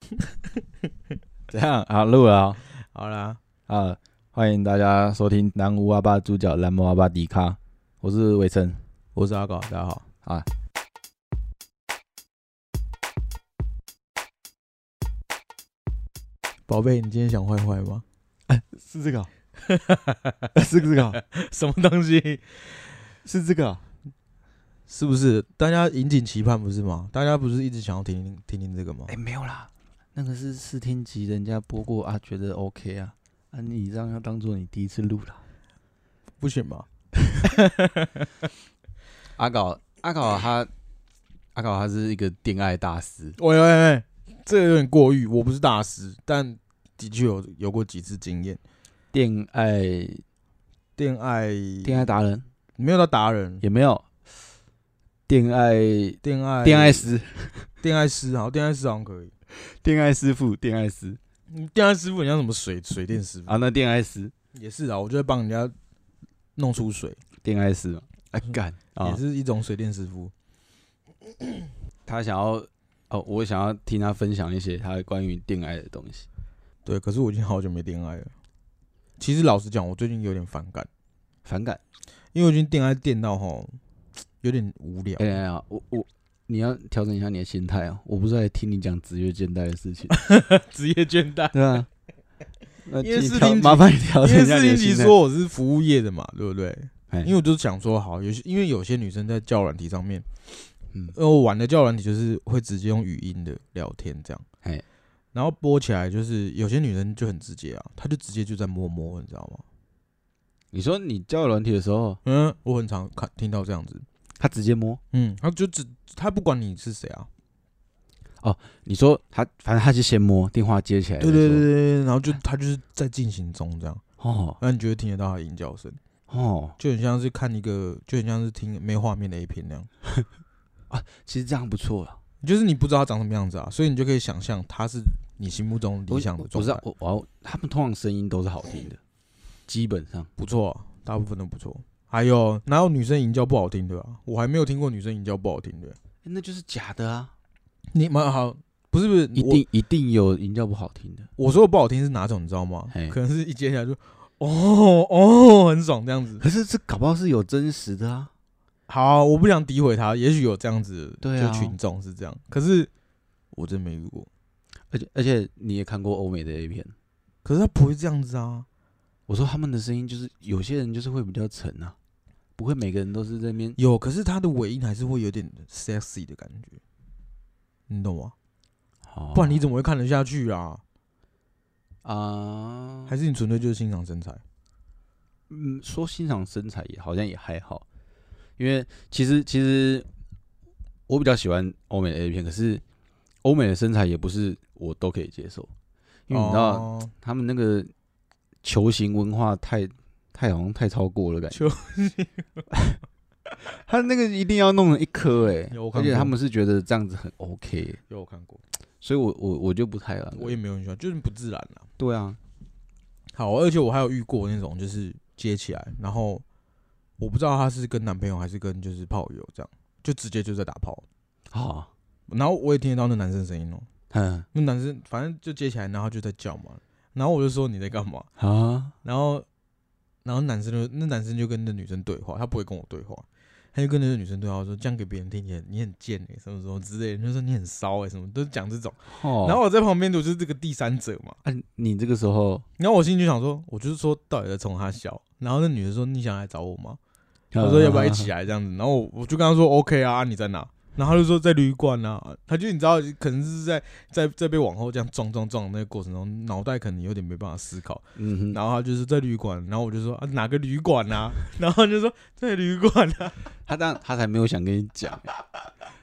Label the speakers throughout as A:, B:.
A: 这样好录了哦
B: 好啦，
A: 啊、欢迎大家收听南无阿爸猪脚蓝毛阿爸迪卡，我是伟成。
B: 我是阿狗，大家好。宝贝，你今天想坏坏吗？
A: 是 这个、啊是这个、啊
B: 什么东西？
A: 是这个、啊
B: 是不是大家引颈期盼不是吗？大家不是一直想要听听听听这个吗
A: 哎、？没有啦，那个是试听集，人家播过啊，觉得 OK 啊，啊，你让它当做你第一次录啦。
B: 不行吧？
A: 阿搞阿搞他阿搞他是一个恋爱大师，
B: 喂喂喂，这个有点过誉。我不是大师，但的确有有过几次经验。
A: 恋爱
B: 恋爱
A: 恋爱达人
B: 没有到达人，
A: 也没有，恋爱
B: 恋爱
A: 恋爱师，
B: 恋爱师好，恋爱师好像可以。
A: 恋爱师傅，恋爱师
B: 嗯恋爱师傅，你像什么水水电师傅
A: 啊，那恋爱师。
B: 也是啊，我就会帮人家弄出水，
A: 恋爱史嘛，
B: 哎
A: 啊干啊
B: 也，是一种水电师傅。
A: 他想要哦，我想要听他分享一些他关于恋爱的东西。
B: 对，可是我已经好久没恋爱了。其实老实讲，我最近有点反感，
A: 反感，
B: 因为我已经恋爱恋到吼有点无聊。
A: 哎呀呀，我我你要调整一下你的心态哦，我不是来听你讲职业倦怠的事情，
B: 职业倦怠，
A: 对啊。那
B: 因为
A: 请
B: 视
A: 你调
B: 听集
A: 麻烦你调
B: 因
A: 整
B: 为
A: 一下
B: 四
A: 你
B: 零
A: 的心
B: 级
A: 态。
B: 说我是服务业的嘛，对不对？
A: 哎，
B: 因为我就想说，好，有些因为有些女生在交友软体上面，
A: 嗯，
B: 呃，我玩的交友软体就是会直接用语音的聊天这样，
A: 哎，
B: 然后播起来就是有些女生就很直接啊，她就直接就在摸摸，你知道吗？
A: 你说你交友软体的时候，
B: 嗯，我很常看听到这样子，
A: 他直接摸，
B: 嗯，她就只她不管你是谁啊，
A: 你说他反正他就先摸，电话接起来再
B: 对
A: 说，
B: 对对对，对然后就她就是在进行中这样。
A: 哦
B: 那你就会听得到他的音叫声，
A: 哦，
B: 就很像是看一个，就很像是听没画面的 A 片那样，
A: 其实这样不错了。
B: 就是你不知道他长什么样子啊，所以你就可以想象他是你心目中理想的
A: 我我
B: 状
A: 知道
B: 态，，
A: 我我要他们通常声音都是好听的，基本上。
B: 不错、啊，大部分都不错。还有哪有女生吟叫不好听的啊？我还没有听过女生吟叫不好听的。
A: 欸那就是假的啊！
B: 你蛮好，不是不是，
A: 一定一定有人叫不好听的，
B: 我我说的不好听是哪种，你知道吗
A: 嘿？
B: 可能是一接起来就哦哦很爽这样子。
A: 可是这搞不好是有真实的啊！
B: 好，我不想诋毁他，也许有这样子，
A: 对啊
B: 就群众是这样，可是我真没遇过。
A: 而且而且你也看过欧美的 A 片，
B: 可是他不会这样子啊。
A: 我说他们的声音就是有些人就是会比较沉啊，不会每个人都是在那边
B: 有，可是他的尾音还是会有点 sexy 的感觉，你懂吗？
A: 哦
B: 不然你怎么会看得下去啊？
A: 啊？
B: 还是你纯粹就是欣赏身材？
A: 嗯，说欣赏身材也好像也还好，因为其实其实我比较喜欢欧美的 A 片，可是欧美的身材也不是我都可以接受，因为你知道
B: 哦
A: 他们那个球形文化太太好像太超过了感觉。
B: 球
A: 他那个一定要弄成一颗哎、
B: 有我看
A: 而且
B: 过
A: 他们是觉得这样子很 OK，、
B: 有我看过，
A: 所以我我我就不太了。
B: 我也没有很喜欢，就是不自然啦、
A: 对 啊，
B: 好，而且我还有遇过那种就是接起来，然后我不知道他是跟男朋友还是跟就是炮友这样，就直接就在打炮，
A: 好，
B: 然后我也听得到那男生声音哦、
A: 嗯
B: 那男生反正就接起来，然后就在叫嘛，然后我就说你在干嘛？
A: 啊，
B: 然后，然后男生就那男生就跟那女生对话，他不会跟我对话，他就跟那个女生对话说这样给别人听，你很你很贱哎、什么什么之类的，就说你很骚哎、什么都讲这种。
A: 哦，
B: 然后我在旁边，我就是这个第三者嘛。
A: 啊，你这个时候，
B: 然后我心里就想说，我就是说到底在冲他笑。然后那女的说你想来找我吗？我说要不要 一起
A: 啊？
B: 来这样子？然后我我就跟他说 OK 啊，啊你在哪？然后他就说在旅馆啊，他就你知道，可能是在在在被往后这样撞撞撞的那个过程中，脑袋可能有点没办法思考，
A: 嗯哼，
B: 然后他就是在旅馆，然后我就说啊哪个旅馆啊？ 然后他就说在旅馆啊。
A: 他当他才没有想跟你讲 欸，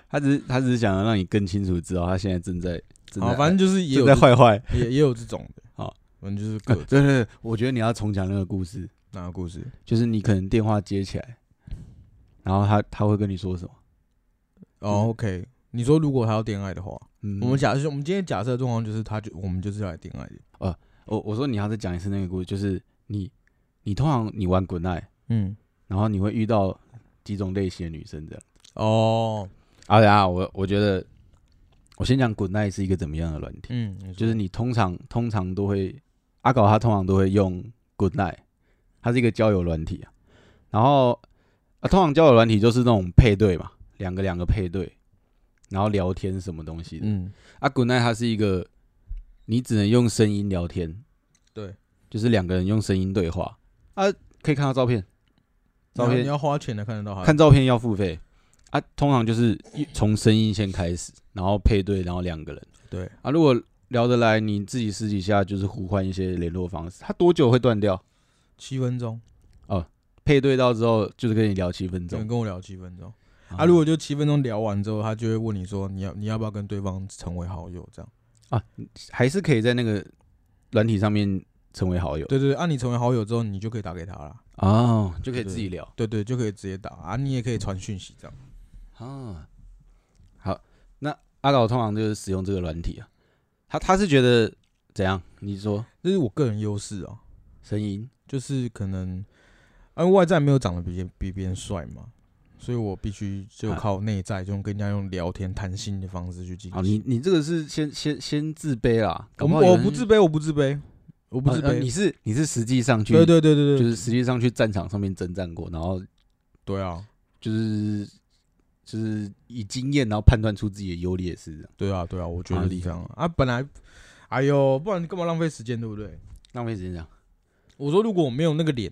A: 他只是他只是想要让你更清楚知道他现在正在正
B: 好，
A: 在
B: 反正就是也
A: 正
B: 有
A: 在
B: 这
A: 坏坏。
B: 也也有这种的。
A: 好，
B: 反正就是
A: 呃
B: 各
A: 对对对，我觉得你要重讲那个故事，
B: 哪个故事？哦
A: 就是你可能电话接起来，然后他他会跟你说什么？
B: 哦，OK，你说如果他要恋爱的话，
A: 嗯
B: 我们假设我们今天假设的状况就是他就我们就是要来恋爱的。
A: 我我说你要再讲一次那个故事，就是你你通常你玩滚爱，
B: 嗯，
A: 然后你会遇到几种类型的女生这样。
B: 哦，
A: 啊，等一下我我觉得我先讲 Good Night 是一个怎么样的软体，
B: 嗯，没错
A: 就是你通常通常都会，阿搞他通常都会用 Good Night，它是一个交友软体啊。然后啊，通常交友软体就是那种配对嘛，两个两个配对，然后聊天什么东西的。
B: 嗯，
A: 啊，Good Night 它是一个你只能用声音聊天，
B: 对，
A: 就是两个人用声音对话啊，可以看到照片，照
B: 你要
A: 片
B: 你要花钱才看得到它，
A: 看照片要付费啊，通常就是一从声音先开始，然后配对，然后两个人
B: 对，
A: 啊，如果聊得来，你自己私底下就是互换一些联络方式，他多久会断掉？
B: 七分钟，
A: 配对到之后就是跟你聊七分
B: 只能
A: 钟
B: 跟我聊七分钟。嗯啊，如果就七分钟聊完之后，他就会问你说你要你要不要跟对方成为好友这样？
A: 还是可以在那个软体上面成为好友
B: 对对对，啊，你成为好友之后，你就可以打给他啦。
A: 哦，就可以
B: 对
A: 自己聊。
B: 对对，就可以直接打啊，你也可以传讯息这样。
A: 啊，好，那阿搞通常就是使用这个软体啊，他他是觉得怎样？你说
B: 这是我个人优势啊，
A: 声音
B: 就是可能，啊因为外在没有长得比别比别人帅嘛，所以我必须就
A: 啊
B: 靠内在，就跟人家用聊天谈心的方式去进
A: 啊，
B: 行。
A: 你你这个是先先先自卑啦，搞
B: 我
A: 好有
B: 我
A: 人
B: 不自卑，我不自卑，我不
A: 啊
B: 自
A: 啊
B: 卑。
A: 你是你是实际上去
B: 对对对对对，
A: 就是实际上去战场上面征战过，然后
B: 对啊，
A: 就是就是以经验然后判断出自己的优劣势这样，
B: 对啊，对啊，我觉
A: 啊
B: 得是
A: 厉
B: 这样啊。啊本来，哎呦，不然你干嘛浪费时间，对不对？
A: 浪费时间这样。
B: 我说，如果我没有那个脸，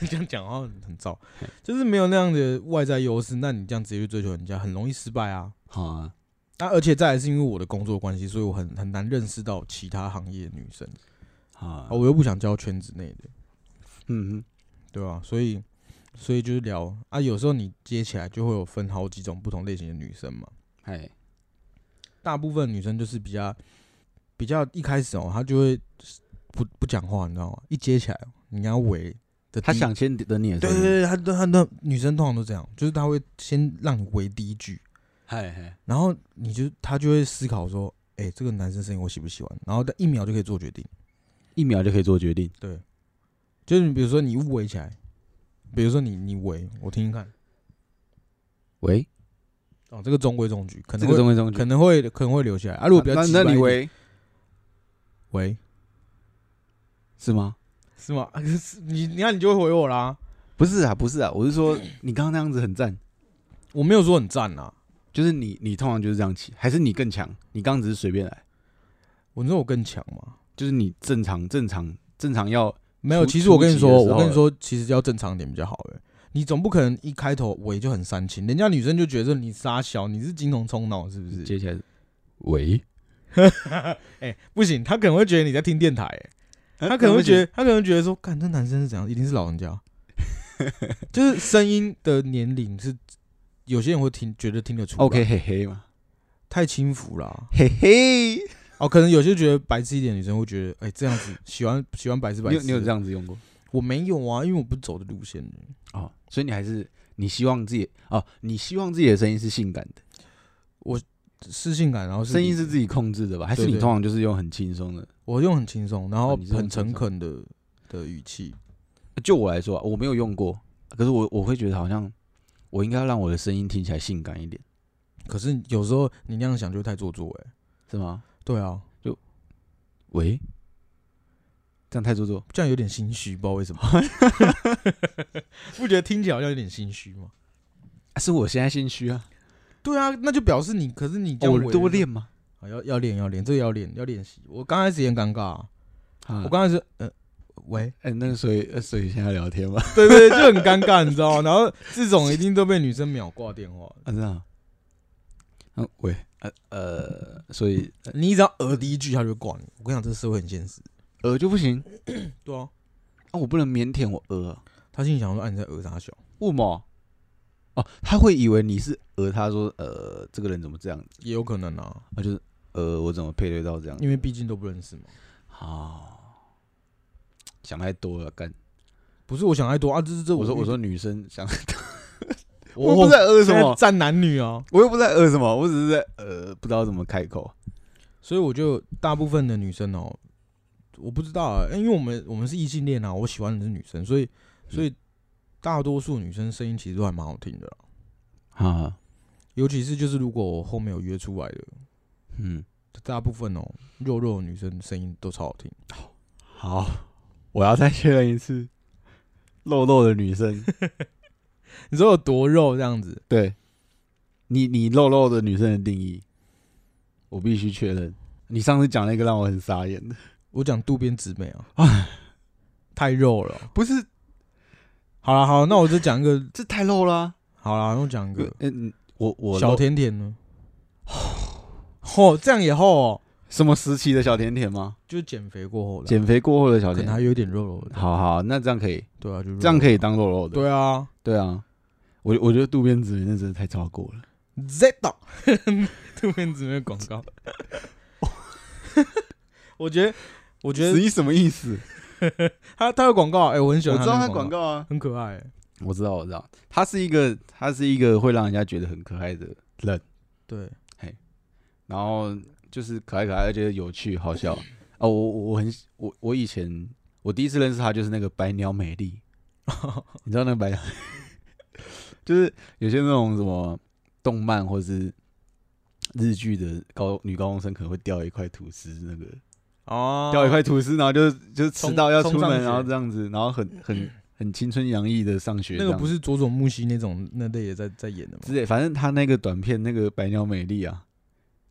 B: 这样讲好像很糟，就是没有那样的外在优势，那你这样直接去追求人家，很容易失败啊。
A: 好啊，
B: 那、而且再来是因为我的工作关系，所以我很很难认识到其他行业的女生，
A: 好啊
B: 啊，，我又不想交圈子内的，
A: 嗯，嗯
B: 对吧、所以，所以就是聊啊，有时候你接起来就会有分好几种不同类型的女生嘛。
A: 哎，
B: 嗯大部分女生就是比较比较一开始哦，她就会不不讲话，你知道吗？一接起来，你跟她围的，
A: 他想先等你的
B: 对
A: 声
B: 对
A: 音，
B: 对，她她她女生通常都这样，就是她会先让你围第一句，
A: 嗨嗨，
B: 然后你就她就会思考说，哎、这个男生声音我喜不喜欢，然后在一秒就可以做决定。
A: 一秒就可以做决定。
B: 对，就是你比如说你围起来，比如说你你围，我听听看，
A: 喂，
B: 哦，这个中规中矩，可
A: 这个
B: 能会
A: 中规中矩
B: 可。能会可能会留下来啊。如果比较
A: 那
B: 急
A: 那你
B: 掰一点
A: 为
B: 围
A: 是吗？
B: 是吗？ 是你你看你就会回我啦。
A: 不是啊，不是啊，我是说
B: 嗯
A: 你刚刚那样子很赞，
B: 我没有说很赞啊，
A: 就是你你通常就是这样起，还是你更强？你刚刚只是随便来，
B: 我你说我更强嘛？
A: 就是你正常正常正常要
B: 没有，
A: 初
B: 其实我跟你说，
A: 初期的时候
B: 我跟你说，其实要正常一点比较好哎、你总不可能一开头尾就很煽情，人家女生就觉得你傻小，你是金童冲脑是不是？
A: 接起来。喂，
B: 哎、不行，他可能会觉得你在听电 台、欸，他
A: 他
B: 可能会觉得，他可能会觉得说，干这男生是怎样，一定是老人家， 就是声音的年龄是有些人会听，觉得听得出来
A: OK 嘿嘿嘛，
B: 太轻浮啦、
A: 嘿嘿，
B: 哦，可能有些觉得白痴一点的女生会觉得，哎、这样子喜欢喜欢白痴白
A: 你有
B: 痴的，
A: 你有这样子用过
B: 我没有啊，因为我不走的路线的。
A: 哦？所以你还是你希望自己哦，你希望自己的声音是性感的，
B: 是性感，然后是
A: 声音是自己控制的吧？还是
B: 对
A: 你
B: 对
A: 通常就是用很轻松的？
B: 我哦用很轻松，然后
A: 啊你是用
B: 很诚
A: 轻松
B: 恳的的语气。
A: 就我来说啊，我没有用过，可是我我会觉得好像我应该要让我的声音听起来性感一点，
B: 可是有时候你那样想就太做作哎、
A: 是吗？
B: 对啊，
A: 喂，这样太做作。
B: 这样有点心虚，不知道为 什么，不觉得听起来好像有点心虚吗？
A: 啊是我现在心虚啊，
B: 对啊，那就表示你，可是你这
A: 哦
B: 样、
A: 我多，练嘛。
B: 啊、要要练要练，这个要练要练习。我刚开始也很尴尬啊、
A: 啊
B: 我刚开始呃，喂，
A: 哎、那所以呃所以现在聊天嘛，
B: 对对，就很尴尬，你知道吗？ 然后这种一定都被女生秒挂电话。
A: 啊这样，嗯喂，呃呃，所以
B: 你只要呃第一句，她就会挂你。我跟你讲，这个社会很现实。
A: 呃就不行
B: 对啊，
A: 啊，我不能腼腆我呃啊，
B: 她心里想说，啊，你在呃啥小？
A: 为什么？哦，他会以为你是呃，他说呃这个人怎么这样子，
B: 也有可能啊，
A: 啊就是呃我怎么配对到这样子
B: 因为毕竟都不认识嘛。
A: 啊？想太多了，干！
B: 不是我想太多啊，这是这
A: 我说
B: 遇
A: 我说女生想，
B: 我
A: 又不在呃
B: 为
A: 什么，
B: 站男女啊？
A: 我又不在呃什么，我只是在呃不知道怎么开口。
B: 所以我就大部分的女生哦，我不知道啊、因为我们我们是异性恋啊，我喜欢的是女生，
A: 嗯
B: 所以所以大多数女生声音其实都还蛮好听的啦，
A: 啊，
B: 尤其是就是如果我后面有约出来的，
A: 嗯，
B: 大部分哦，肉肉的女生声音都超好听。
A: 好，我要再确认一次，肉肉的女生，
B: 你说有多肉这样子？
A: 对，你你肉肉的女生的定义，我必须确认。你上次讲那个让我很傻眼的，
B: 我讲渡边直美啊，太肉了哦。
A: 不是
B: 好了好啦，那我就讲一个，
A: 这太肉啦、
B: 好了，那我讲一个
A: 嗯，我我
B: 小
A: 肉
B: 甜甜呢。 哦，这样也厚哦，
A: 什么时期的小甜甜吗？
B: 就是减肥过后的啊，
A: 减肥过后的小
B: 可
A: 甜
B: 能还
A: 甜。
B: 有点肉肉的。
A: 好好，那这样可以，
B: 对啊，就是
A: 这样可
B: 以。
A: 以当肉肉的。
B: 对啊
A: 对啊，我我觉得渡边直美那真的太超过了。
B: z e 渡边直美的广告。 我觉得，我觉得
A: 你什么意思？
B: 他他有广告，哎，我很喜
A: 我
B: 欢
A: 知道
B: 他
A: 他
B: 的
A: 广，告啊，
B: 很可爱。哎
A: 我知道，我知道，他是一个，他是一个会让人家觉得很可爱的人，
B: 对，
A: 然后就是可爱可爱，而且有趣好笑啊！我我我很喜我我以前我第一次认识他就是那个白鸟美丽，你知道那个白鸟， 就是有些那种什么动漫或是日剧的高女高中生可能会掉一块吐司那个。
B: 哦，
A: 掉一块吐司，然后就就是迟到要出
B: 冲上
A: 门，
B: 学
A: 然后这样子，然后很很很青春洋溢的上学，
B: 那个不
A: 是
B: 是佐佐木希那种那类也在在演的吗
A: 之？类，反正他那个短片那个白鸟美丽啊，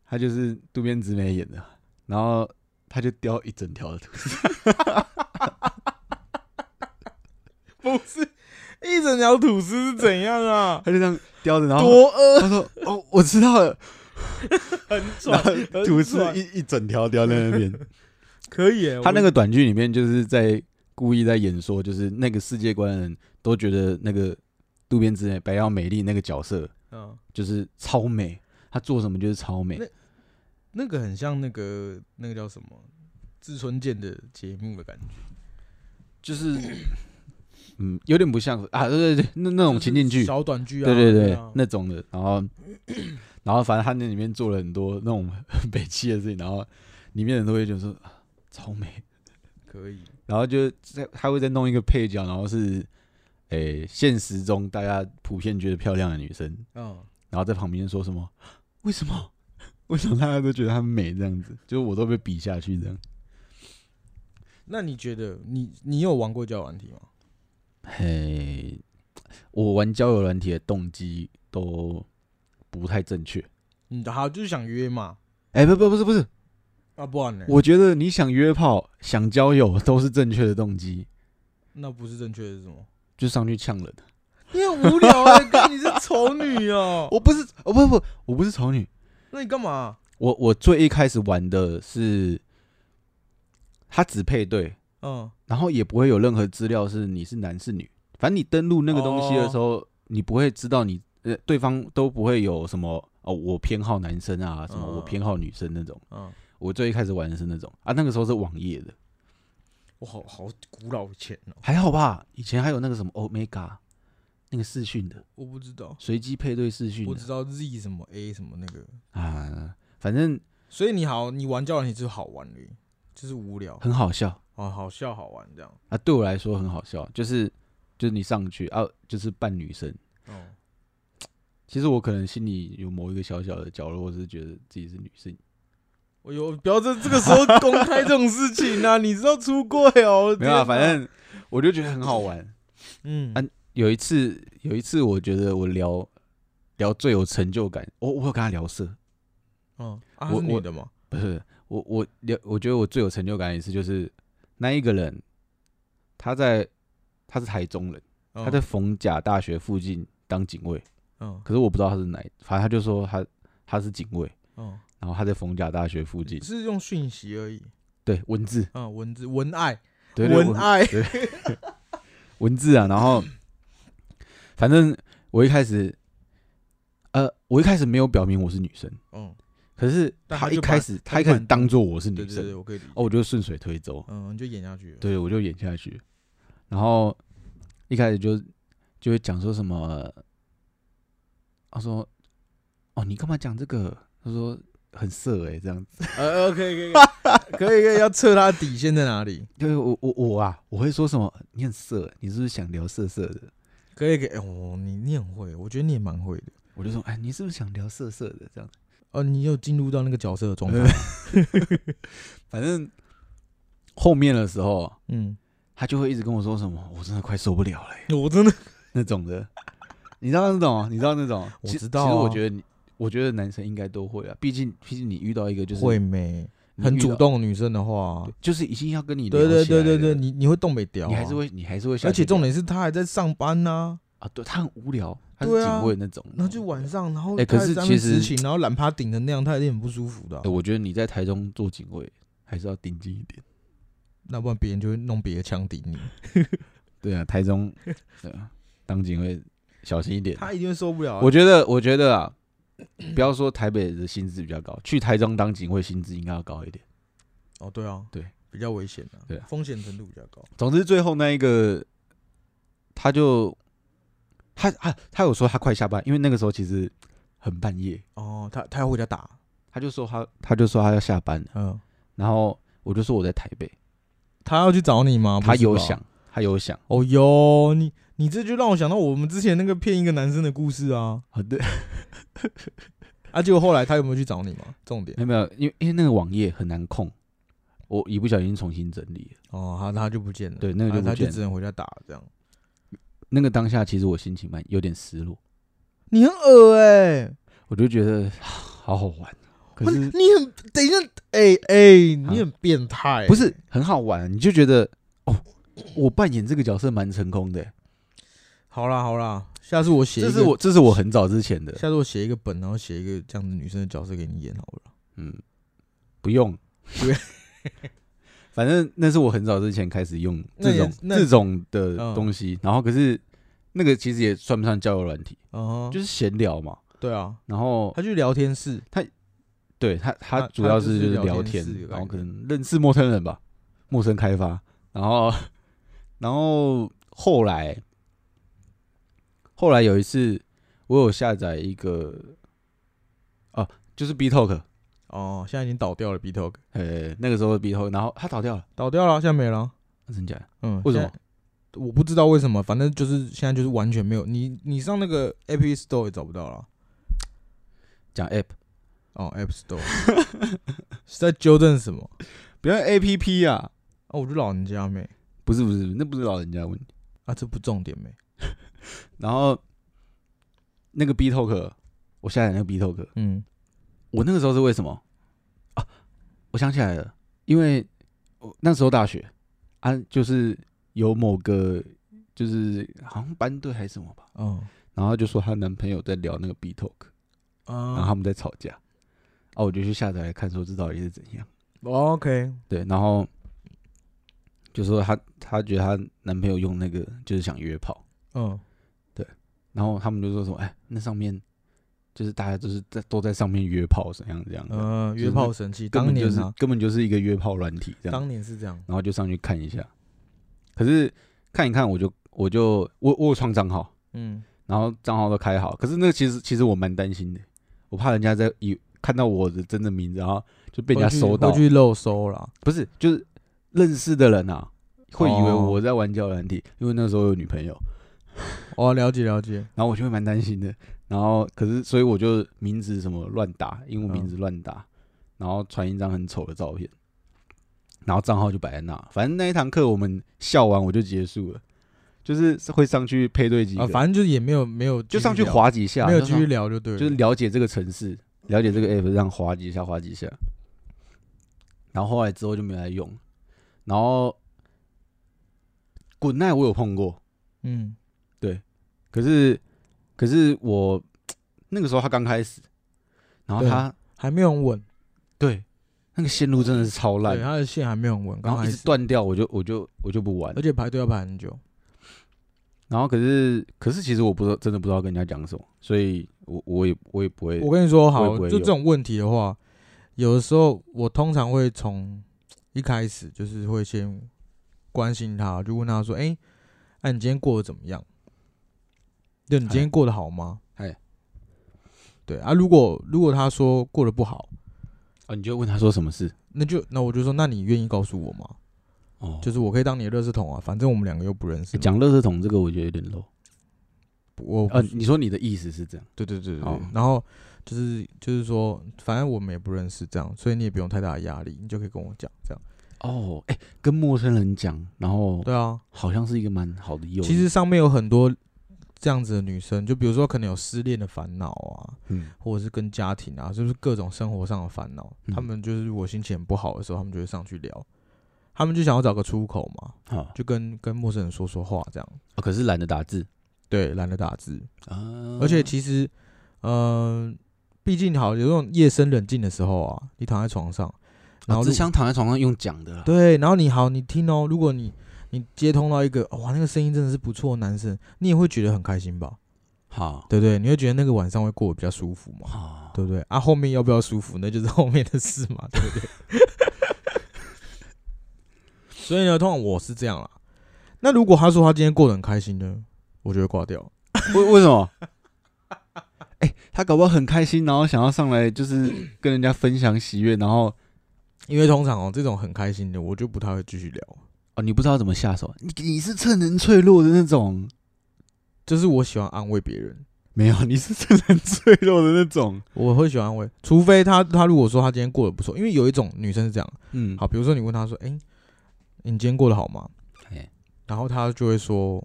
A: 他就是渡边直美演的，然后他就叼一整条的吐司，
B: 不是，一整条吐司是怎样啊？
A: 他就这样叼 着，然后
B: 多饿，
A: 他说哦，我知道 了，
B: 很
A: 然
B: 爽
A: 后，
B: 很
A: 吐司
B: 爽
A: 一一整条叼在 那边。
B: 可以耶。
A: 他那
B: 我
A: 个短剧里面就是在故意在演说，就是那个世界观的人都觉得那个渡边直美白鸟美丽那个角色
B: 嗯，
A: 就是超美，他做什么就是超美。
B: 那个很像那个那个叫什么志村健的节目的感觉，
A: 就是，嗯，有点不像啊，对对对，那那
B: 那
A: 种情景剧，
B: 小短剧啊，
A: 对对对
B: 啊，
A: 那种的，然后 然后反正他那里面做了很多 那种很北气的事情，然后里面人都会觉得说 啊超美，
B: 可以。
A: 然后就在他会再弄一个配角，然后是诶、现实中大家普遍觉得漂亮的女生，
B: 嗯，
A: 然后在旁边说什么 为什么？ 为什么大家都觉得她美这样子？就是我都被比下去这样。
B: 那你觉得你你有玩过交友软体吗？
A: 嘿，我玩交友软体的动机都不太正确。
B: 你好就是想约嘛？
A: 哎、不不不是不是，
B: 啊，不然呢？
A: 我觉得你想约炮、想交友都是正确的动机，
B: 那不是正确的是什 么？
A: 就上去呛人。
B: 你很无聊哎，哥，你是丑女哦。
A: 我不是，哦不不，我不是丑女。
B: 那你干嘛？
A: 我我最一开始玩的是，他只配对，
B: 嗯，
A: 然后也不会有任何资料是你是男是女。反正你登录那个东西的时候，你不会知道你呃对方都不会有什么哦，我偏好男生啊，什么我
B: 嗯
A: 偏好女生那种。
B: 嗯，
A: 我最一开始玩的是那种啊，那个时候是网页的，
B: 我好好古老以前哦，
A: 还好吧？以前还有那个什么 Omega 那个视讯的
B: 我不知道，
A: 随机配对视讯
B: 我
A: 的
B: 只知道 Z 什么 A 什么那个，
A: 啊，反正
B: 所以你好，你玩交友你就是好玩的，就是无聊，
A: 很好笑
B: 好好笑好玩这样。
A: 啊，对我来说很好笑，就是就是你上去啊，就是扮女生。
B: 哦，
A: 其实我可能心里有某一个小小的角落，是觉得自己是女性，
B: 我有哎不要在这个时候公开这种事情啊，你知道出柜哦，
A: 没有啊，
B: 天哪
A: 反正我就觉得很好玩。
B: 嗯
A: 啊有一次，有一次我觉得我聊聊最有成就感，我我有跟他聊色，
B: 嗯，啊
A: 我
B: 是女的嘛，
A: 不是我，我了，我觉得我最有成就感的一次就是那一个人，他在他是台中人，他
B: 嗯
A: 在逢甲大学附近当警卫，
B: 嗯
A: 可是我不知道他是哪一，反正他就说他他是警卫，
B: 嗯，
A: 然后他在逢甲大学附 近，
B: 是用讯息而已，
A: 对文字，
B: 嗯，文字文爱
A: 对对
B: 文啊爱
A: 对文字啊，然后反正我一开始，呃，我一开始没有表明我是女生，
B: 嗯，
A: 可是
B: 但
A: 他
B: 他
A: 一
B: 就把
A: 开始
B: 他
A: 他
B: 就
A: 一开
B: 把
A: 始
B: 你
A: 当做我是
B: 对
A: 女
B: 对对，
A: 生，
B: 我可以理解，
A: 哦，我就顺水推舟。
B: 嗯，你就演下去了，
A: 对，我就演下去。然后一开始就就会讲说什么，他说：“哦，你干嘛讲这个？”他说：“很色哎、欸，这样子。
B: 呃，OK 可以 可以可以可以，要测他底线在哪里，”
A: 对我我我啊，我会说什么？你很色欸，你是不是想聊色色的？
B: 可以可以，哦，你你很会，我觉得你也蛮会的。
A: 我就说：“哎，你是不是想聊色色的？”这样子。
B: 哦，你有进入到那个角色的状态，
A: 反正后面的时候，
B: 嗯，
A: 他就会一直跟我说什么，我真的快受不了了、 欸
B: 我真的
A: 那种的。你知道那种，哦你知道那种，
B: 我
A: 其
B: 知道啊
A: 其实我觉得你，我觉得男生应该都会啊，毕竟毕竟你遇到一个就是
B: 会没
A: 你
B: 很
A: 遇
B: 主
A: 到，
B: 动的女生的话，
A: 就是已经要跟你
B: 对
A: 聊
B: 对
A: 起来
B: 对对对，
A: 了
B: 你你会东北屌啊，
A: 你还是会你还是会下去聊，
B: 而且重点是他还在上班呢、
A: 啊，对他很无聊，他是
B: 对
A: 警
B: 啊
A: 卫那种，
B: 然后就晚上，然后
A: 哎可
B: 他还
A: 是
B: 在那
A: 其
B: 边执
A: 实
B: 勤，然后懒趴顶成那样，他有点很不舒服的啊、
A: 欸我觉得你在台中做警卫还是要盯紧一点。
B: 那不然别人就会弄别的枪顶你，
A: 对啊，台 中对啊，当警卫小心一点。
B: 他一定会受不了啊、
A: 我觉得，我觉得啊，不要说台北的薪资比较高，去台中当警卫薪资应该要高一点。
B: 哦，对啊，
A: 对，
B: 比较危险啊，
A: 对啊
B: 风险程度比较高。
A: 总之，最后那一个，他就他啊，他有说他快下班，因为那个时候其实很半夜，
B: 哦，他他要回家打，
A: 他就说他他就说他要下班了，
B: 嗯，
A: 然后我就说我在台北，
B: 他要去找你吗？
A: 他
B: 哦不是
A: 有
B: 吧，
A: 想，他有想，
B: 哦哟，你你这就让我想到我们之前那个骗一个男生的故事啊，
A: 好的，
B: 啊，结果后来他有没有去找你嘛？重点
A: 没有没有，因为因为那个网页很难控，我一不小心重新整理了，
B: 哦，他他就不见了，
A: 对那个
B: 啊
A: 就不
B: 他就
A: 见
B: 只能回家打这样。
A: 那个当下其实我心情蛮有点失落，
B: 你很恶哎、
A: 我就觉得 好好玩，可
B: 不
A: 是
B: 你很等一下，哎、哎、你很变态、
A: 不是很好玩，你就觉得哦，我扮演这个角色蛮成功的，
B: 好啦好啦，下次我写一
A: 这
B: 个，
A: 是我这是我很早之前的，
B: 下次我写一个本，然后写一个这样的女生的角色给你演好了。
A: 嗯，不用
B: 不用，
A: 反正那是我很早之前开始用
B: 那
A: 这
B: 也
A: 种
B: 那
A: 这种的
B: 嗯
A: 东西，然后可是那个其实也算不上交友软体，
B: 哦、
A: 就是闲聊嘛，
B: 对啊，
A: 然后
B: 他去聊天室，
A: 对他，他
B: 他
A: 主
B: 他
A: 要
B: 就是是
A: 就
B: 聊
A: 聊
B: 天
A: 天
B: 室的，
A: 然后
B: 感
A: 可
B: 觉
A: 能认识陌生人吧，陌生开发，然后然后后来后来有一次，我有下载一个啊，就是 B Talk，
B: 哦，现在已经倒掉了，B Talk
A: 呃，那个时候 B Talk，然后它倒掉了，
B: 倒掉了，现在没了。
A: 啊真假的？
B: 嗯，
A: 为什
B: 现
A: 么
B: 在？？我不知道为什么，反正就是现在就是完全没有你，你上那个 App Store 也找不到了。
A: 讲 App
B: 哦，App Store 是在纠正什么？
A: 不要 A P P 啊，
B: 哦，我就老人家没
A: 不是不是，那不是老人家的问题。
B: 啊，这不重点没。
A: 然后那个 B Talk，我下载那个 B Talk，
B: 嗯，
A: 我那个时候是为什么啊？我想起来了，因为我那时候大学啊，就是有某个就是好像班队还是什么吧，
B: 哦，
A: 然后就说她男朋友在聊那个 B Talk，然后
B: 啊
A: 他们在吵架，啊，我就去下载来看，说这到底是怎样。
B: 哦，OK，
A: 对，然后就说她她觉得她男朋友用那个就是想约炮，
B: 嗯，
A: 然后他们就说什么，哎，那上面就是大家都是在都在上面约炮怎样怎样的，
B: 呃，
A: 就是
B: 约炮神器，
A: 根
B: 当
A: 本就
B: 年
A: 是
B: 啊，
A: 根本就是一个约炮软体这样。
B: 当年是这样。
A: 然后就上去看一下。可是看一看我，就我就我我有创账号，
B: 嗯，
A: 然后账号都开好。可是那个其实其实我蛮担心的，我怕人家在以看到我的真的名字，然后就被人家
B: 会去
A: 搜到
B: 会，去漏搜啦。
A: 不是就是认识的人啊，会以为
B: 哦
A: 我在玩交友软体，因为那时候有女朋友，
B: 哦，了解了解。
A: 然后我就会蛮担心的。然后可是所以我就名字什么乱打，英文名
B: 嗯
A: 字乱打，然后传一张很丑的照片。然后账号就摆在那，反正那一堂课我们笑完我就结束了，就是会上去配对几个，
B: 啊，反正就是也没有没有继
A: 就
B: 续
A: 上去
B: 聊，
A: 滑几下，
B: 没有
A: 就
B: 继
A: 上
B: 续聊就对了。
A: 就是了解这个城市，了解这个 app，这样滑几下，滑几下。然后后来之后就没来用，然后滚奈我有碰过，
B: 嗯，
A: 可是可是我那个时候他刚开始，然后
B: 对啊
A: 他
B: 还没有很稳，
A: 对那个线路真的是超烂
B: 对，，他的线还没有很稳，
A: 然
B: 刚
A: 后
B: 开
A: 一直
B: 始，
A: 断掉，我就我就我就不玩
B: 而。且排队要排很久。
A: 然后可是可是其实我不知道真的不知道跟人家讲什么，所以我我也我也不会
B: 我跟你说
A: 我
B: 好
A: 也不，会
B: 就
A: 用
B: 这种问题的话，有的时候我通常会从一开始就是会先关心他，就问他说：“哎、哎、你今天过得怎么样？就你今天过得好吗？”
A: 哎，
B: 对啊，如果如果他说过得不好，
A: 啊，你就问他说什么事
B: 那就那我就说：“那你愿意告诉我吗？
A: 哦，
B: 就是我可以当你的垃圾桶啊，反正我们两个又不认识
A: 欸
B: 嘛。
A: 讲垃圾桶这个我觉得有点 low。
B: 我
A: 呃，你说你的意思是这样？
B: 对对对对对
A: 哦
B: 然后就是就是说，反正我们也不认识，这样，所以你也不用太大的压力，你就可以跟我讲这样。
A: 哦，哎、跟陌生人讲，然后
B: 对啊，
A: 好像是一个蛮好的诱因。
B: 其实，上面有很多这样子的女生，就比如说可能有失恋的烦恼啊，
A: 嗯，
B: 或者是跟家庭啊，就是各种生活上的烦恼。
A: 嗯
B: 她们就是我心情不好的时候，她们就会上去聊，她们就想要找个出口嘛，
A: 好、
B: 就跟跟陌生人说说话这样。
A: 啊可是懒得打字
B: 对，懒得打字，
A: 啊，
B: 而且其实，呃，毕竟好有那种夜深人静的时候啊，你躺在床上，然
A: 然
B: 后
A: 后
B: 如
A: 只想躺在床上用讲的啦。啊
B: 对，然后你好，你听哦，如果你你接通到一个哇，那个声音真的是不错的男生，你也会觉得很开心吧？
A: 好，
B: 对不对？你会觉得那个晚上会过得比较舒服嘛？
A: 好，
B: 对不对？啊，后面要不要舒服，那就是后面的事嘛，对不对？ 所以呢，通常我是这样啦。那如果他说他今天过得很开心呢，我就会挂掉。
A: 为为什么？哎、他搞不好很开心，然后想要上来就是 跟人家分享喜悦，然后
B: 因为通常哦，这种很开心的，我就不太会继续聊。
A: 哦，你不知道怎么下手，你你是趁人脆弱的那种，
B: 就是我喜欢安慰别人，
A: 没有，你是趁人脆弱的那种，
B: 我会喜欢安慰，除非他他如果说他今天过得不错，因为有一种女生是这样，
A: 嗯，
B: 好，比如说你问他说，哎、你今天过得好吗？
A: 哎
B: 然后他就会说，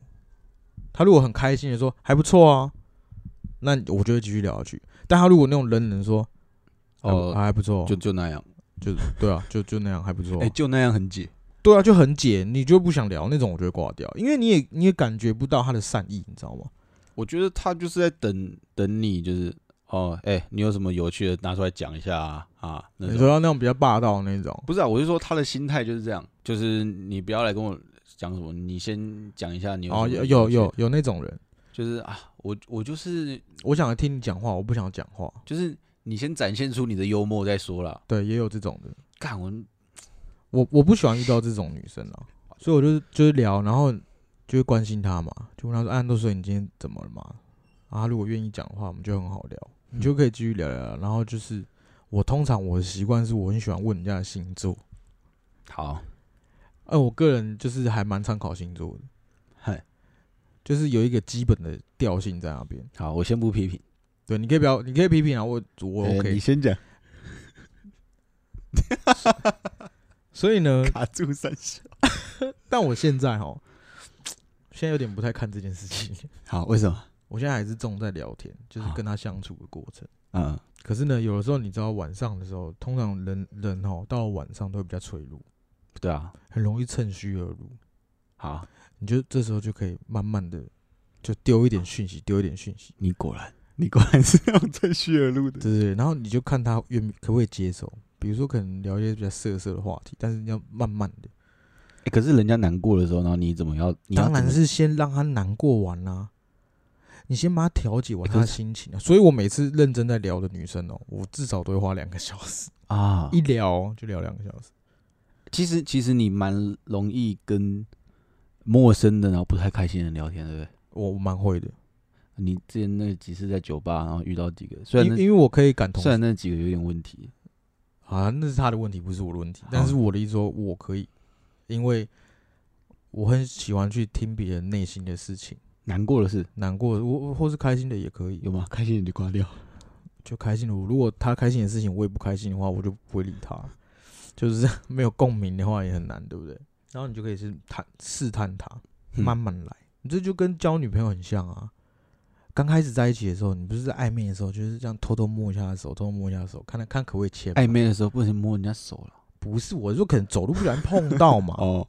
B: 他如果很开心的说还不错啊，那我就会继续聊下去。但他如果那种冷冷地说，哦、
A: 哦
B: 还不错，
A: 就
B: 就
A: 就那样，
B: 就对啊，就就那样还不错啊、
A: 哎、就那样很解，
B: 对啊，就很解，你就不想聊那种，我就会挂掉，因为你也你也感觉不到他的善意，你知道吗？
A: 我觉得他就是在等等你，就是哦，哎、你有什么有趣的拿出来讲一下啊？啊那
B: 你
A: 种
B: 说那种比较霸道的那种，
A: 不是啊，我是说他的心态就是这样，就是你不要来跟我讲什么，你先讲一下你有
B: 哦，
A: 什么有
B: 有有
A: 趣的
B: 有，有那种人，
A: 就是啊，我我就是
B: 我想听你讲话，我不想讲话，
A: 就是你先展现出你的幽默再说啦。
B: 对，也有这种的，
A: 干我
B: 我我不喜欢遇到这种女生啊，所以我就就是聊，然后就会关心她嘛，就问她说，安都说你今天怎么了嘛？啊，她如果愿意讲的话，我们就很好聊，你就可以继续聊聊聊。然后就是我通常我的习惯是我很喜欢问人家的星座，
A: 好，
B: 哎，我个人就是还蛮常考星座的，
A: 嗨，
B: 就是有一个基本的调性在那边。
A: 好，我先不批评，
B: 对，你可以不要，你可以批评啊，我我
A: 哎
B: OK，、
A: 你先讲，
B: 所以呢，
A: 卡住三小。
B: 但我现在哈，现在有点不太看这件事情。
A: 好，为什么？
B: 我现在还是重在聊天，就是
A: 啊
B: 跟他相处的过程。
A: 嗯，
B: 可是呢，有的时候你知道晚上的时候，通常人人哦到了晚上都会比较脆弱，
A: 对啊，
B: 很容易趁虚而入。
A: 好，
B: 你就这时候就可以慢慢的就丢一点讯息，丢一点讯息，
A: 你果然，你果然是那种趁虚而入的。
B: 对对对。然后你就看他愿不可不可以接受，比如说可能聊一些比较色色的话题，但是你要慢慢的，
A: 哎可是人家难过的时候，然后你怎么要？你要
B: 当然
A: 怎么
B: 是先让他难过完啦、你先把他调节完
A: 欸
B: 他
A: 可
B: 的
A: 是
B: 心情啊。所以我每次认真在聊的女生哦、我至少都会花两个小时，
A: 啊
B: 一聊哦就聊两个小时。
A: 其实其实你蛮容易跟陌生的，然后不太开心的人聊天，对不对？
B: 我我蛮会的，
A: 你之前那几次在酒吧，然后遇到几个，虽然
B: 因
A: 那
B: 因为我可以感同
A: 虽然那几个有点问题，
B: 啊，那是他的问题，不是我的问题
A: 好。
B: 但是我的意思说，我可以，因为我很喜欢去听别人内心的事情，
A: 难过的是
B: 难过的我或是开心的也可以，
A: 有吗？开心你就挂掉。
B: 就开心的我。如果他开心的事情我也不开心的话，我就不会理他。就是 没有共鸣的话也很难，对不对？然后你就可以去探试探他，
A: 嗯
B: 慢慢来。你这就跟交女朋友很像啊。刚开始在一起的时候，你不是在暧昧的时候，就是这样偷偷摸一下她的手，偷偷摸一下她的手，看看看可不可以牵嘛。
A: 暧昧的时候不能摸人家手了。
B: 不是我，就可能走路不小心碰到嘛，
A: 哦，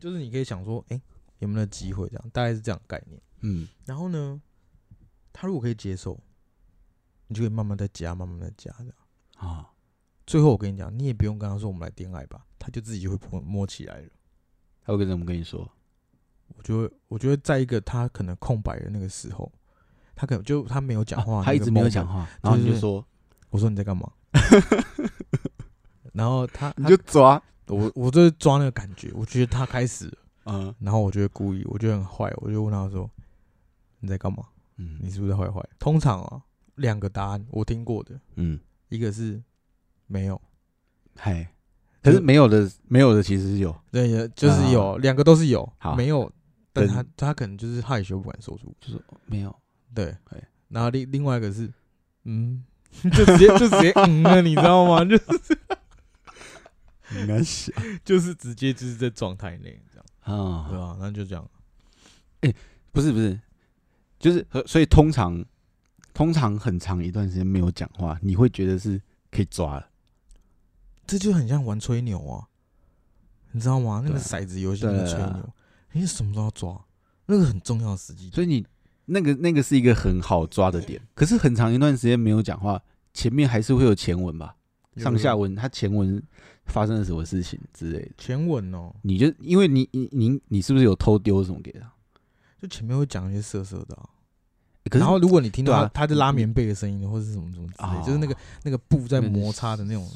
B: 就是你可以想说，哎、有没有机会这样，大概是这样的概念。
A: 嗯，
B: 然后呢，他如果可以接受，你就可以慢慢再加，慢慢再加这样。
A: 啊，
B: 最后我跟你讲，你也不用跟他说我们来恋爱吧，他就自己就会摸摸起来了。
A: 他会跟怎么跟你说？
B: 我就会，我就会在一个他可能空白的那个时候，他可能就他没有讲话、
A: 啊他一直没有讲
B: 话。
A: 话，然后你
B: 就
A: 就是说，
B: 我说你在干嘛？ 然后他，他
A: 抓，
B: 我我就是抓那个感觉，我觉得他开始了
A: 嗯
B: 然后我就会故意，我就很坏，我就问他说：“你在干嘛？你
A: 嗯
B: 是不是在坏坏？”通常啊，两个答案我听过的，
A: 嗯，
B: 一个是没有，
A: 嗨，可是没有的，没有的其实是有，
B: 对，也就是有，两、个都是有
A: 好，
B: 没有，但
A: 等
B: 他他可能就是害羞不敢说出，
A: 就是没有，
B: 对
A: 哎，
B: 然后另另外一个是，嗯， 就直接就直接嗯了，你知道吗？ 就
A: 应该是
B: 就是直接就是在状态内这样，对
A: 啊，
B: 吧、那就这样，
A: 不是不是，就是呃所以通常通常很长一段时间没有讲话，你会觉得是可以抓了。
B: 这就很像玩吹牛啊，你知道吗？那个
A: 对啊
B: 骰子游戏那个
A: 对
B: 吹
A: 啊
B: 牛，你什么都要抓，那个很重要的时机。
A: 所以你那个那个是一个很好抓的点，可是很长一段时间没有讲话，前面还是会有前文吧，上下文，它前文发生了什么事情之类的。
B: 前文哦，
A: 你就因为你你你你是不是有偷丢什么给他？
B: 就前面会讲一些色色的、啊，
A: 欸可是
B: 然后如果你听到
A: 对
B: 他,、
A: 啊
B: 他在拉棉被的声音，或是什么什么之类，
A: 哦
B: 就是那个那个布在
A: 那
B: 摩擦的那
A: 哦
B: 种，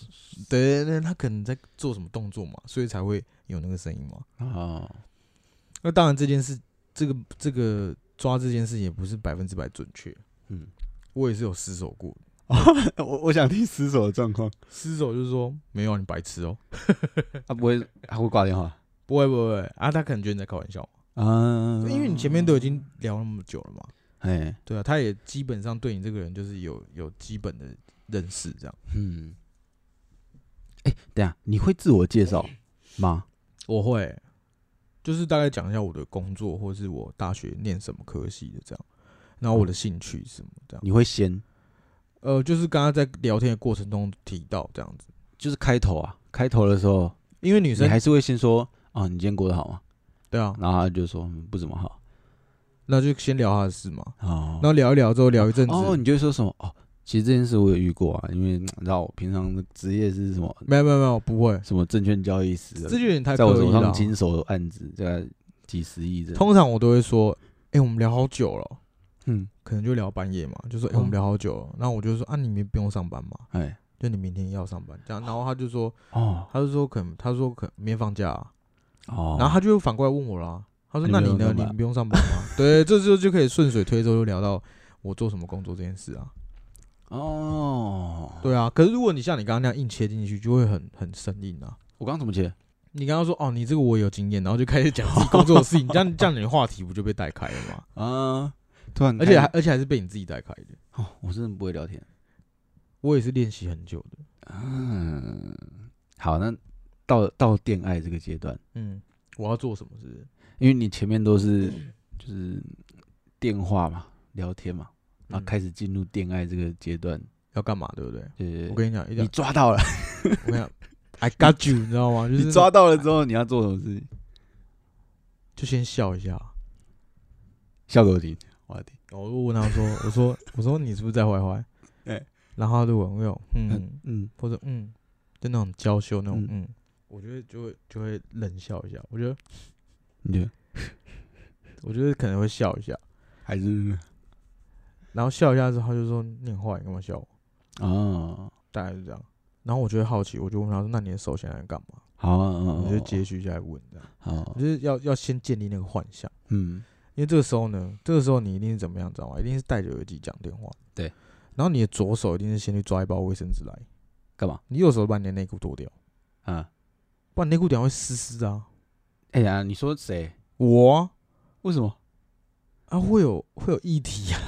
B: 对对对，他可能在做什么动作嘛，所以才会有那个声音嘛。
A: 哦，
B: 那当然，这件事，这个这个抓这件事也不是百分之百准确。
A: 嗯，
B: 我也是有失手过，
A: 我我想听失手的状况，
B: 失手就是说没有啊你白痴哦、
A: 他不会他会挂电话
B: 不会不会不会啊，他可能觉得你在开玩笑，
A: 啊
B: 因为你前面都已经聊那么久了嘛，
A: 哎
B: 对啊，他也基本上对你这个人就是有有基本的认识，这样
A: 嗯，哎、等一下你会自我介绍吗？
B: 我会。就是大概讲一下我的工作，或是我大学念什么科系的这样，然后我
A: 嗯
B: 的兴趣是什么这样，
A: 你会先
B: 呃，就是刚刚在聊天的过程中提到这样子，
A: 就是开头啊，开头的时候
B: 因为女
A: 你
B: 生
A: 还是会先说啊，你今天过得好吗？
B: 对啊，
A: 然后他就说、嗯不怎么好
B: 那就先聊他的事嘛。
A: 哦
B: 然后聊一聊之后，聊一阵子，
A: 哦，你就会说什么哦？其实这件事我有遇过啊，因为你知道我平常的职业是什么
B: 没有没有没有，不会，
A: 什么证券交易师啊，
B: 这就有点太
A: 在我
B: 刻意
A: 手
B: 了
A: 上
B: 啊。
A: 经手案子大概几十亿这样。
B: 通常我都会说，哎，我们聊好久了，
A: 嗯，
B: 可能就聊半夜嘛，就说哎，
A: 嗯
B: 我们聊好久了。然后我就说啊，你明不用上班嘛，
A: 哎，
B: 就你明天要上班这样。然后他就说，
A: 哦
B: 他就说可能，他说可能明天放假啊，
A: 哦，哎
B: 然后他就反过来问我啦，他说
A: 你
B: 那
A: 不
B: 你
A: 用
B: 呢？
A: 上
B: 你
A: 班
B: 不用上班吗？ 对，这就就可以顺水推舟，就聊到我做什么工作这件事啊。
A: 哦，
B: 对啊，可是如果你像你刚刚那样硬切进去，就会很很生硬啊。
A: 我刚怎么接？
B: 你刚刚说哦，你这个我有经验，然后就开始讲自己工作 的事情，这样这样你的话题不就被带开了吗？
A: 啊，突然开
B: 而
A: 始，
B: 且还而且还是被你自己带开的。
A: 哦，我真的不会聊天。
B: 我也是练习很久的，
A: 嗯，好，那到到恋爱这个阶段，
B: 嗯，我要做什么是不是？
A: 因为你前面都是
B: 嗯
A: 就是电话嘛，聊天嘛，然后啊
B: 嗯
A: 开始进入恋爱这个阶段，
B: 要干嘛，对不对？
A: 对对对，
B: 我跟你讲，一
A: 你
B: 点，
A: 抓到了，
B: 我跟你讲，I got you，你知道吗？就是
A: 你抓到了之后，你要做什么事情？
B: 就先笑一下。
A: 笑给我听，我要听。
B: 我就问他说，我说我说你是不是在坏 坏？
A: 哎
B: 然后他就问我，嗯，
A: 嗯，
B: 或者嗯，就那种娇羞那种
A: 嗯，
B: 嗯，我觉得就会就会冷笑一下，我觉得
A: 你觉得
B: 我觉得可能会笑一下，
A: 还是
B: 然后笑一下之后他就说你很坏，你干嘛笑我？
A: 啊？
B: 大概是这样。然后我就会好奇，我就问他说：“那你的手现在在干嘛
A: 好啊，嗯？”
B: 我就接续下来问，这样
A: 好啊
B: 我，就是要要先建立那个幻想，
A: 嗯，
B: 因为这个时候呢，这个时候你一定是怎么样，知道吗？一定是戴着耳机讲电话，
A: 对。
B: 然后你的左手一定是先去抓一包卫生纸来，
A: 干嘛
B: 你右手把你的内裤脱掉，
A: 啊？
B: 不然内裤等下会湿湿的啊。
A: 哎呀，你说谁？
B: 我啊
A: 为什么？
B: 啊会有会有液体啊，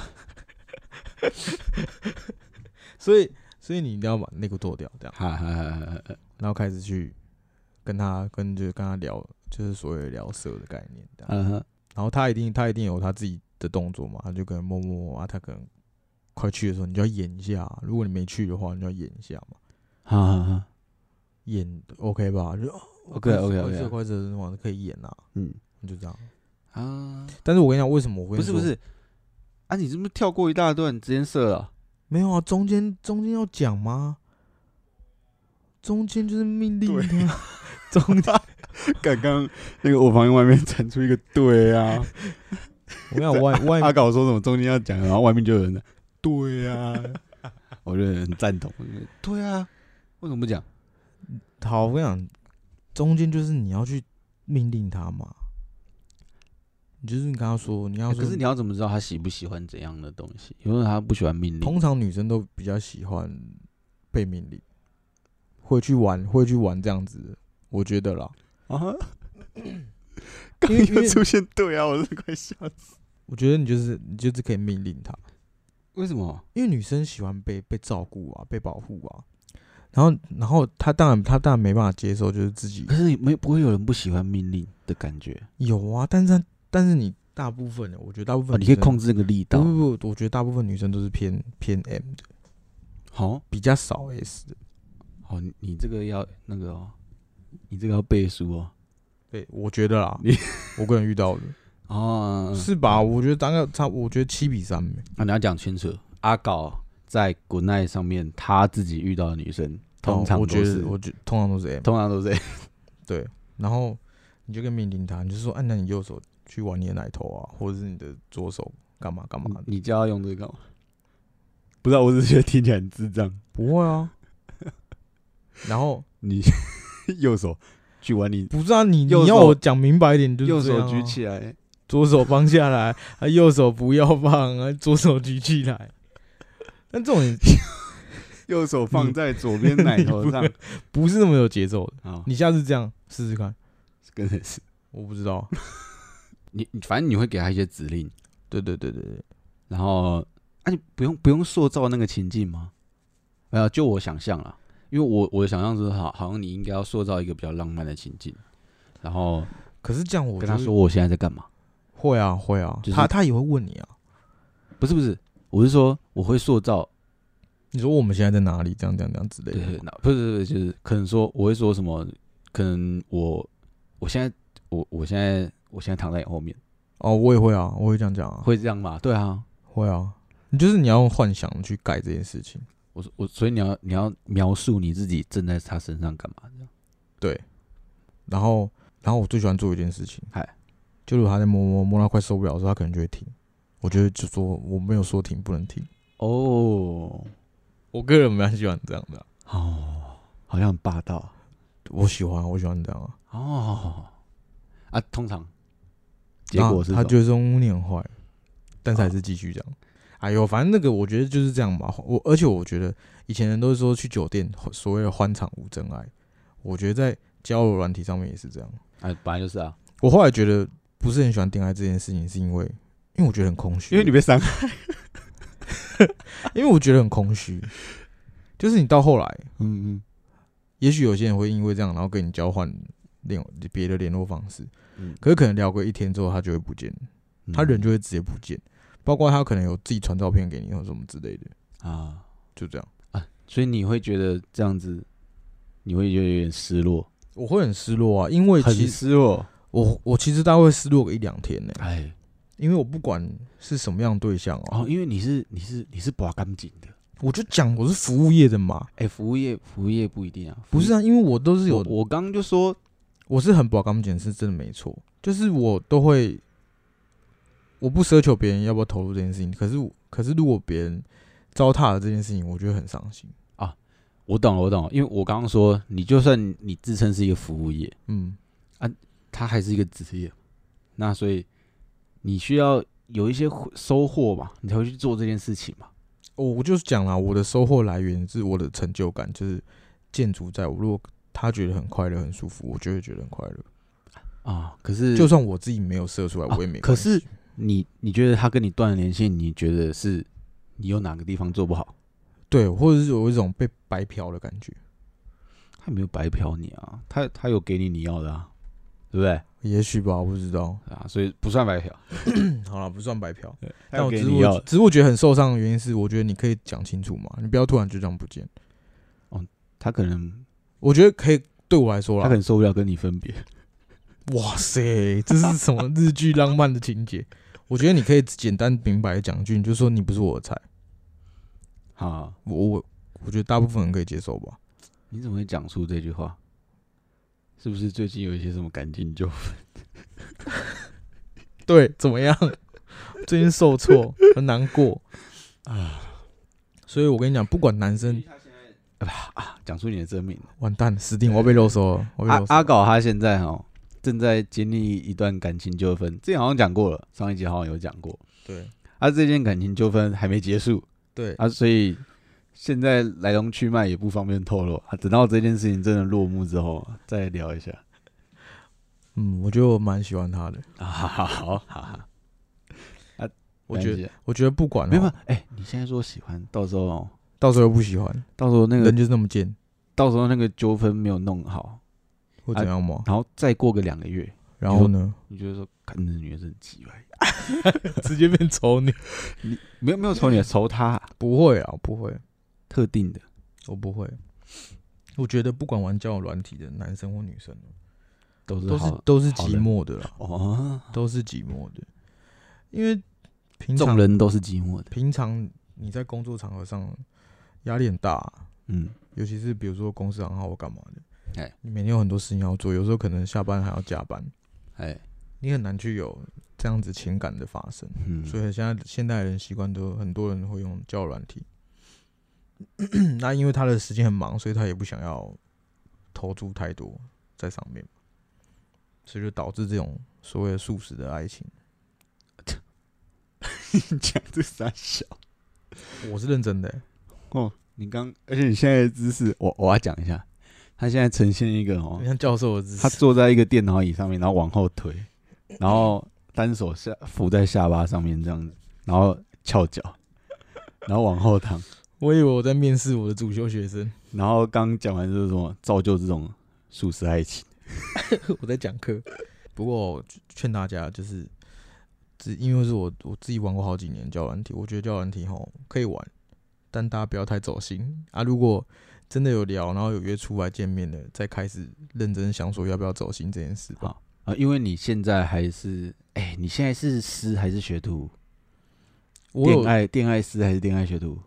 B: 所以所以你一定要把内裤脱掉，这样。
A: 哈哈哈哈哈！
B: 然后开始去跟他跟就是跟他聊，就是所谓的聊色的概念这样。
A: 嗯哼，
B: 然后他一定他一定有他自己的动作嘛，他就可能摸摸摸啊，他可能快去的时候你就要演一下啊、如果你没去的话，你就要演一下嘛，
A: 好好好，
B: 演 OK 吧？就
A: OK，OK，OK
B: 快射快射那种可以演啊，
A: 嗯
B: 就这样。
A: 啊，
B: 但是我跟你讲，为什么我会
A: 不是不是，啊，你是不是跳过一大段直接射了？
B: 没有啊？中间中间要讲吗？中间就是命令 啊，中间
A: 刚刚那个我房间外面传出一个对啊，
B: 我跟你讲外外
A: 阿搞说什么中间要讲，然后外面就有人在对啊， 我觉得很赞同，对啊，为什么不讲？
B: 好，我跟你讲，中间就是你要去命令他嘛。你就是你跟他说，你要说，
A: 哎可是你要怎么知道他喜不喜欢怎样的东西？因为他不喜欢命令
B: 通常女生都比较喜欢被命令，会去玩，会去玩这样子的，我觉 得啦，
A: 啊，
B: 因为因为
A: 现对啊，我是快笑死。
B: 我觉得你就是你就是可以命令他，
A: 为什么？
B: 因为女生喜欢被被照顾啊，被保护啊。然后，然后她当然她当然没办法接受，就是自己
A: 可是也没不会有人不喜欢命令的感觉
B: 有啊，但是她但是你大部分的，我觉得大部
A: 啊？
B: 分
A: 你可以
B: 女生
A: 控制那个力道
B: 不，不不，我觉得大部分女生都是偏偏 M 的，
A: 好
B: 比较少 S 的。
A: 好，哦你你这个要那个哦，你这个要背书哦。
B: 对，我觉得啦
A: 你，
B: 我个人遇到的
A: 哦，嗯嗯
B: 是吧？我觉得大概差，我觉得七比三呗。
A: 啊，你要讲清楚。阿搞在 Good Night 上面，他自己遇到的女生，通常
B: 哦我
A: 都
B: 觉
A: 是
B: 得，，我觉得通常都是 M。
A: 通常都是
B: 对，然后你就跟命令他，你就说，按、那你右手去玩你的奶头啊，或者是你的左手干嘛干嘛的。
A: 你叫他用这个干嘛？不知道，我只是觉得听起来很智障。
B: 不 会啊。然后
A: 你 右手去玩你，
B: 不是啊，你
A: 右
B: 你要
A: 手
B: 我讲明白一点，就是
A: 右
B: 这
A: 手
B: 样啊
A: 举，起来，
B: 左手放下来，啊，右手不要放，啊，左手举起来。 但这种也
A: 右手放在左 边奶头上。
B: 不是那么有节奏的，
A: 好，
B: 你下次这样试试看。
A: 跟着是，
B: 我不知道，
A: 你你反正你会给他一些指令，
B: 对对对对对，
A: 然后啊，你不用不用塑造那个情境吗？呃，就我想象啦，因为我我的想象是好，好像你应该要塑造一个比较浪漫的情境，然后
B: 可是这样我
A: 跟他
B: 就是
A: 说我现在在干嘛。
B: 会啊会啊，
A: 就是
B: 他他也会问你啊，
A: 不是不是，我是说我会塑造，
B: 你说我们现在在哪里，这样这样这样之类
A: 对对，
B: 的
A: 对，那不是不是就是可能说我会说什么，可能我我现在我我现在我现在躺在你后面，
B: 哦，我也会啊，我会这样讲啊，
A: 会这样吧？对啊，
B: 会啊，你就是你要用幻想去改这件事情，
A: 我说我所以你要你要描述你自己正在他身上干嘛这样？
B: 然后然后我最喜欢做一件事情，
A: 嗨，
B: 就如果他在摸摸摸到快受不了的时候，他可能就会停，我觉得就说我没有说停不能停，
A: 哦
B: 我个人蛮喜欢这样的啊、
A: 哦，好像很霸道
B: 我喜欢我喜欢这样啊，
A: 哦啊，通常结果是
B: 然
A: 什么
B: 后他觉得说嗯你很坏，但是还是继续这样。哎呦，反正那个我觉得就是这样吧。我而且我觉得以前人都是说去酒店所谓的欢场无真爱，我觉得在交友软体上面也是这样。
A: 哎，本来就是 啊，
B: 我后来觉得不是很喜欢恋爱这件事情，是因为因为我觉得很空虚，
A: 被伤害，
B: 因为我觉得很空虚，就是你到后来，
A: 嗯嗯
B: 也许有些人会因为这样，然后跟你交换联别的联络方式，
A: 嗯
B: 可是可能聊过一天之后，他就会不见了。
A: 嗯，
B: 他人就会直接不见，包括他可能有自己传照片给你或什么之类的，
A: 啊。
B: 就这样。
A: 啊，所以你会觉得这样子，你会觉得有点失落，
B: 我会很失落啊，因为其实
A: 失落。
B: 我我其实大概会失落个一两天呢、
A: 哎，
B: 因为我不管是什么样的对象哦、
A: 哦，因为你是你是你是拔干净的，
B: 我就讲我是服务业的嘛，
A: 哎，服务业服务业不一定啊，
B: 不是
A: 啊，
B: 啊，因为我都是有
A: 我，我刚刚就说，
B: 我是很保钢检是真的没错，就是我都会，我不奢求别人要不要投入这件事情，可是我可是如果别人糟蹋了这件事情，我觉得很伤心。
A: 我懂了，我懂了，因为我刚刚说，你就算你自称是一个服务业，
B: 嗯，
A: 它还是一个职业，那所以你需要有一些获收获嘛，你才会去做这件事情嘛。
B: 我我就是讲啦，我的收获来源是我的成就感，就是建筑在我如果他觉得很快乐、很舒服，我就会觉得很快乐。
A: 啊，可是
B: 就算我自己没有射出来，
A: 啊
B: 我也没
A: 可
B: 关系、
A: 是你你觉得他跟你断了联系，你觉得是你有哪个地方做不好？
B: 对，或者是有一种被白嫖的感觉，
A: 他没有白嫖你啊，他他有给你你要的啊，对不对？
B: 也许吧，我不知道。
A: 啊，所以不算白嫖，
B: 嗯好了，不算白嫖，
A: 他
B: 但
A: 有
B: 我
A: 给
B: 只是
A: 你要
B: 我
A: 的，
B: 只是我觉得很受伤的原因是，我觉得你可以讲清楚嘛，你不要突然就这样不见。
A: 他可能
B: 我觉得可以，对我来说
A: 他
B: 啦
A: 可，能受不了跟你分 别，
B: 哇塞，这是什么日剧浪漫的情节？ 我觉得你可以简单明白地讲一句，你就说你不是我的菜。
A: 啊，
B: 我我我觉得大部分人可以接受吧。
A: 你怎么会讲出这句话？是不是最近有一些什么感情 纠纷？
B: 对，怎么样？ 最近受挫，很难过啊。所以我跟你讲，不管男生，
A: 啊讲出你的真名。
B: 完蛋，死定，我要被肉收了，我要被
A: 阿
B: 肉收了
A: 阿搞他现在哈正在经历一段感情纠纷，之前好像讲过了，上一集好像有讲过。
B: 对
A: 啊，这件感情纠纷还没结束
B: 对，
A: 啊，所以现在来龙去脉也不方便透露啊。等到这件事情真的落幕之后，再聊一下。
B: 嗯，我觉得我蛮喜欢他的。
A: 啊，好好好好，啊，
B: 我觉得
A: 得
B: 我觉得不管
A: 没有
B: 哦
A: 办法，哎、你现在说喜欢，到时候哦
B: 到时候又不喜欢，
A: 到时候那个
B: 人就是那么贱，
A: 到时候那个纠纷没有弄好，
B: 会怎样吗？
A: 然后再过个两个月，
B: 然后呢，
A: 你就会说看那女的真鸡歪，
B: 直接变丑女？
A: 没有没有仇你，仇她
B: 不会啊，不会，
A: 特定的，
B: 我不会。我觉得不管玩交友软体的男生或女生，
A: 都是
B: 都是
A: 好
B: 都是
A: 好
B: 寂
A: 人
B: 寞的啦，
A: 哦，
B: 都是寂寞的，因为平
A: 众
B: 常
A: 人都是寂寞的，
B: 平常你在工作场合上压力很大啊、
A: 嗯，
B: 尤其是比如说公司行号或干嘛的，
A: 哎
B: 你每天有很多事情要做，有时候可能下班还要加班，
A: 哎，
B: 你很难去有这样子情感的发生。
A: 嗯，
B: 所以现在现代人习惯都很多人会用交友软体， 那因为他的时间很忙，所以他也不想要投注太多在上面，所以就导致这种所谓的素食的爱情。
A: 你讲 这傻小，
B: 我是认真的欸、
A: 你刚，而且你现在的姿势，我我要讲一下，他现在呈现一个哦
B: 你，像教授的姿
A: 他
B: 势，
A: 坐在一个电脑椅上面，然后往后推，然后单手下扶在下巴上面这样子，然后翘脚，然后往后躺，
B: 我以为我在面试我的主修学生，
A: 然后刚讲完就是什么造就这种素食爱情，
B: 我在讲课。不过我劝大家就是，只因为是我我自己玩过好几年交友软体，我觉得交友软体吼可以玩，但大家不要太走心啊。如果真的有聊，然后有约出来见面的，再开始认真想说要不要走心这件事吧。
A: 好啊，因为你现在还是，哎、你现在是师还是学徒？
B: 我
A: 恋
B: 有
A: 爱恋爱师还是恋爱学徒？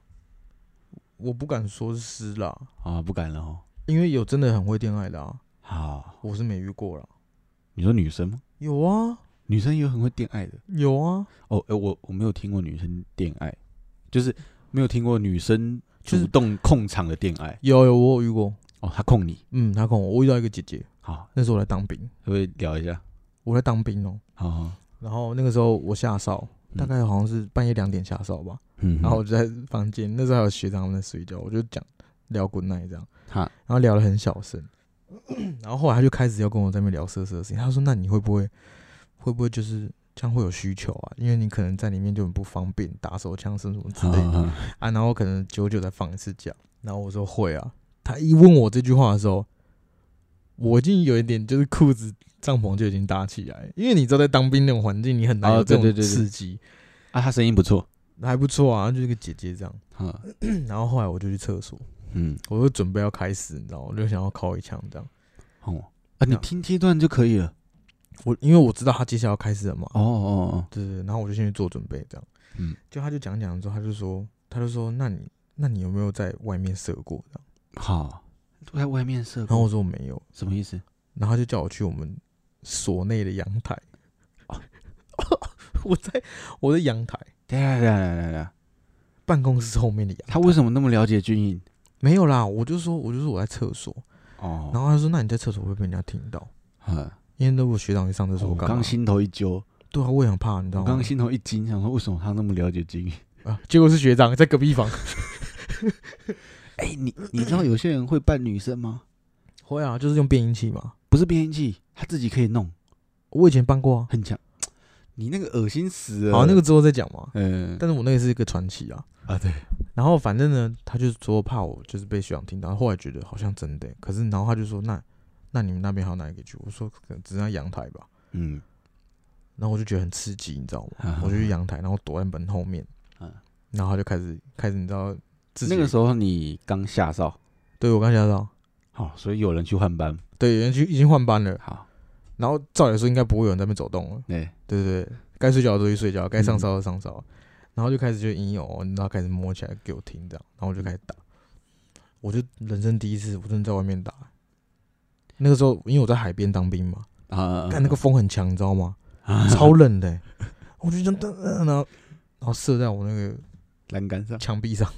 B: 我不敢说是诗啦，
A: 啊，不敢了哦。
B: 因为有真的很会恋爱的啊，
A: 好，
B: 我是没遇过啦。
A: 你说女生吗？
B: 有啊，
A: 女生也有很会恋爱的
B: 有啊，
A: 哦。哎、我我没有听过女生恋爱，就是没有听过女生
B: 就是
A: 主动控场的恋爱。
B: 有有我有遇过。
A: 哦，她控你，
B: 嗯，他跟我，我遇到一个姐姐，
A: 好，
B: 那时候我来当兵，
A: 可不可以聊一下？
B: 我在当兵哦、
A: 好好，
B: 然后那个时候我下哨，
A: 嗯
B: 大概好像是半夜两点下哨吧，
A: 嗯，
B: 然后我就在房间，那时候还有学长他们在睡觉，我就讲聊 good night 这样，
A: 哈，
B: 然后聊得很小声，然后后来他就开始要跟我在那边聊色色的事情，他说那你会不会会不会就是这样会有需求啊？因为你可能在里面就很不方便，打手枪什么什么之
A: 好
B: 类的
A: 好好
B: 啊，然后可能久久才放一次假，然后我说会啊，他一问我这句话的时候，我已经有一点就是裤子帐篷就已经搭起来，因为你知道在当兵那种环境，你很难
A: 哦
B: 有这
A: 对对对对
B: 种刺激，
A: 啊，她声音不错，
B: 还不错啊，就是个姐姐这样。
A: 哈，
B: 然后后来我就去厕所，
A: 嗯，
B: 我就准备要开始，你知道，我就想要敲一枪这样。
A: 哦，啊，你
B: 那
A: 听阶段就可以了。
B: 我因为我知道他接下来要开始了嘛，
A: 哦哦哦，
B: 对对，对然后我就先去做准备这样。
A: 嗯，
B: 就他就讲讲之后，他就说，他就说，那你那你有没有在外面射过？这样，
A: 好，都在外面射
B: 然后
A: 过，
B: 我说我没有，
A: 什么意思？
B: 然后他就叫我去我们所内的阳台。 我在我的阳台
A: 等一下等一下等一下等一下，
B: 办公室后面的阳台，
A: 他为什么那么了解军营？
B: 没有啦，我就说我就说我在厕所，
A: 哦，
B: 然后他说那你在厕所会被人家听到，
A: 嗯
B: 因为如果学长去上厕所
A: 我
B: 干嘛
A: 刚？心头一揪，
B: 对啊，我也很怕，你知道
A: 我
B: 吗？
A: 刚心头一惊，想说为什么他那么了解军营？
B: 啊，结果是学长在隔壁房。
A: 哎， 你你知道有些人会扮女生吗？
B: 会啊，就是用变音器嘛，
A: 不是变音器，他自己可以弄，
B: 我以前办过啊。
A: 很强。你那个恶心死了。
B: 好，那个，之后再讲嘛。
A: 嗯
B: 但是我那个是一个传奇啊。
A: 啊，对，
B: 然后反正呢，他就是说怕我就是被学长听到，后来觉得好像真的欸、可是然后他就说那那你们那边还有哪一个区？我说可能只剩下阳台吧。
A: 嗯，
B: 然后我就觉得很刺激，你知道
A: 哈
B: 吗
A: 哈？
B: 我就去阳台，然后躲在门后面，
A: 嗯
B: 然后他就开始开始，你知道自己
A: 那个时候你刚下哨，
B: 对我刚想到，
A: 好，所以有人去换班，
B: 对，有人去已经换班了，
A: 好，
B: 然后照理说应该不会有人在那边走动了，
A: 对，
B: 对对对，该睡觉的都去睡觉，该上哨的上哨，然后就开始就引诱我，然后开始摸起来给我听这样，然后我就开始打，我就人生第一次我真的在外面打，那个时候因为我在海边当兵嘛，
A: 啊，
B: 看那个风很强，你知道吗？
A: 啊
B: 超冷的欸、我就这样，呃然后然后射在我那个
A: 栏杆上，
B: 墙壁上。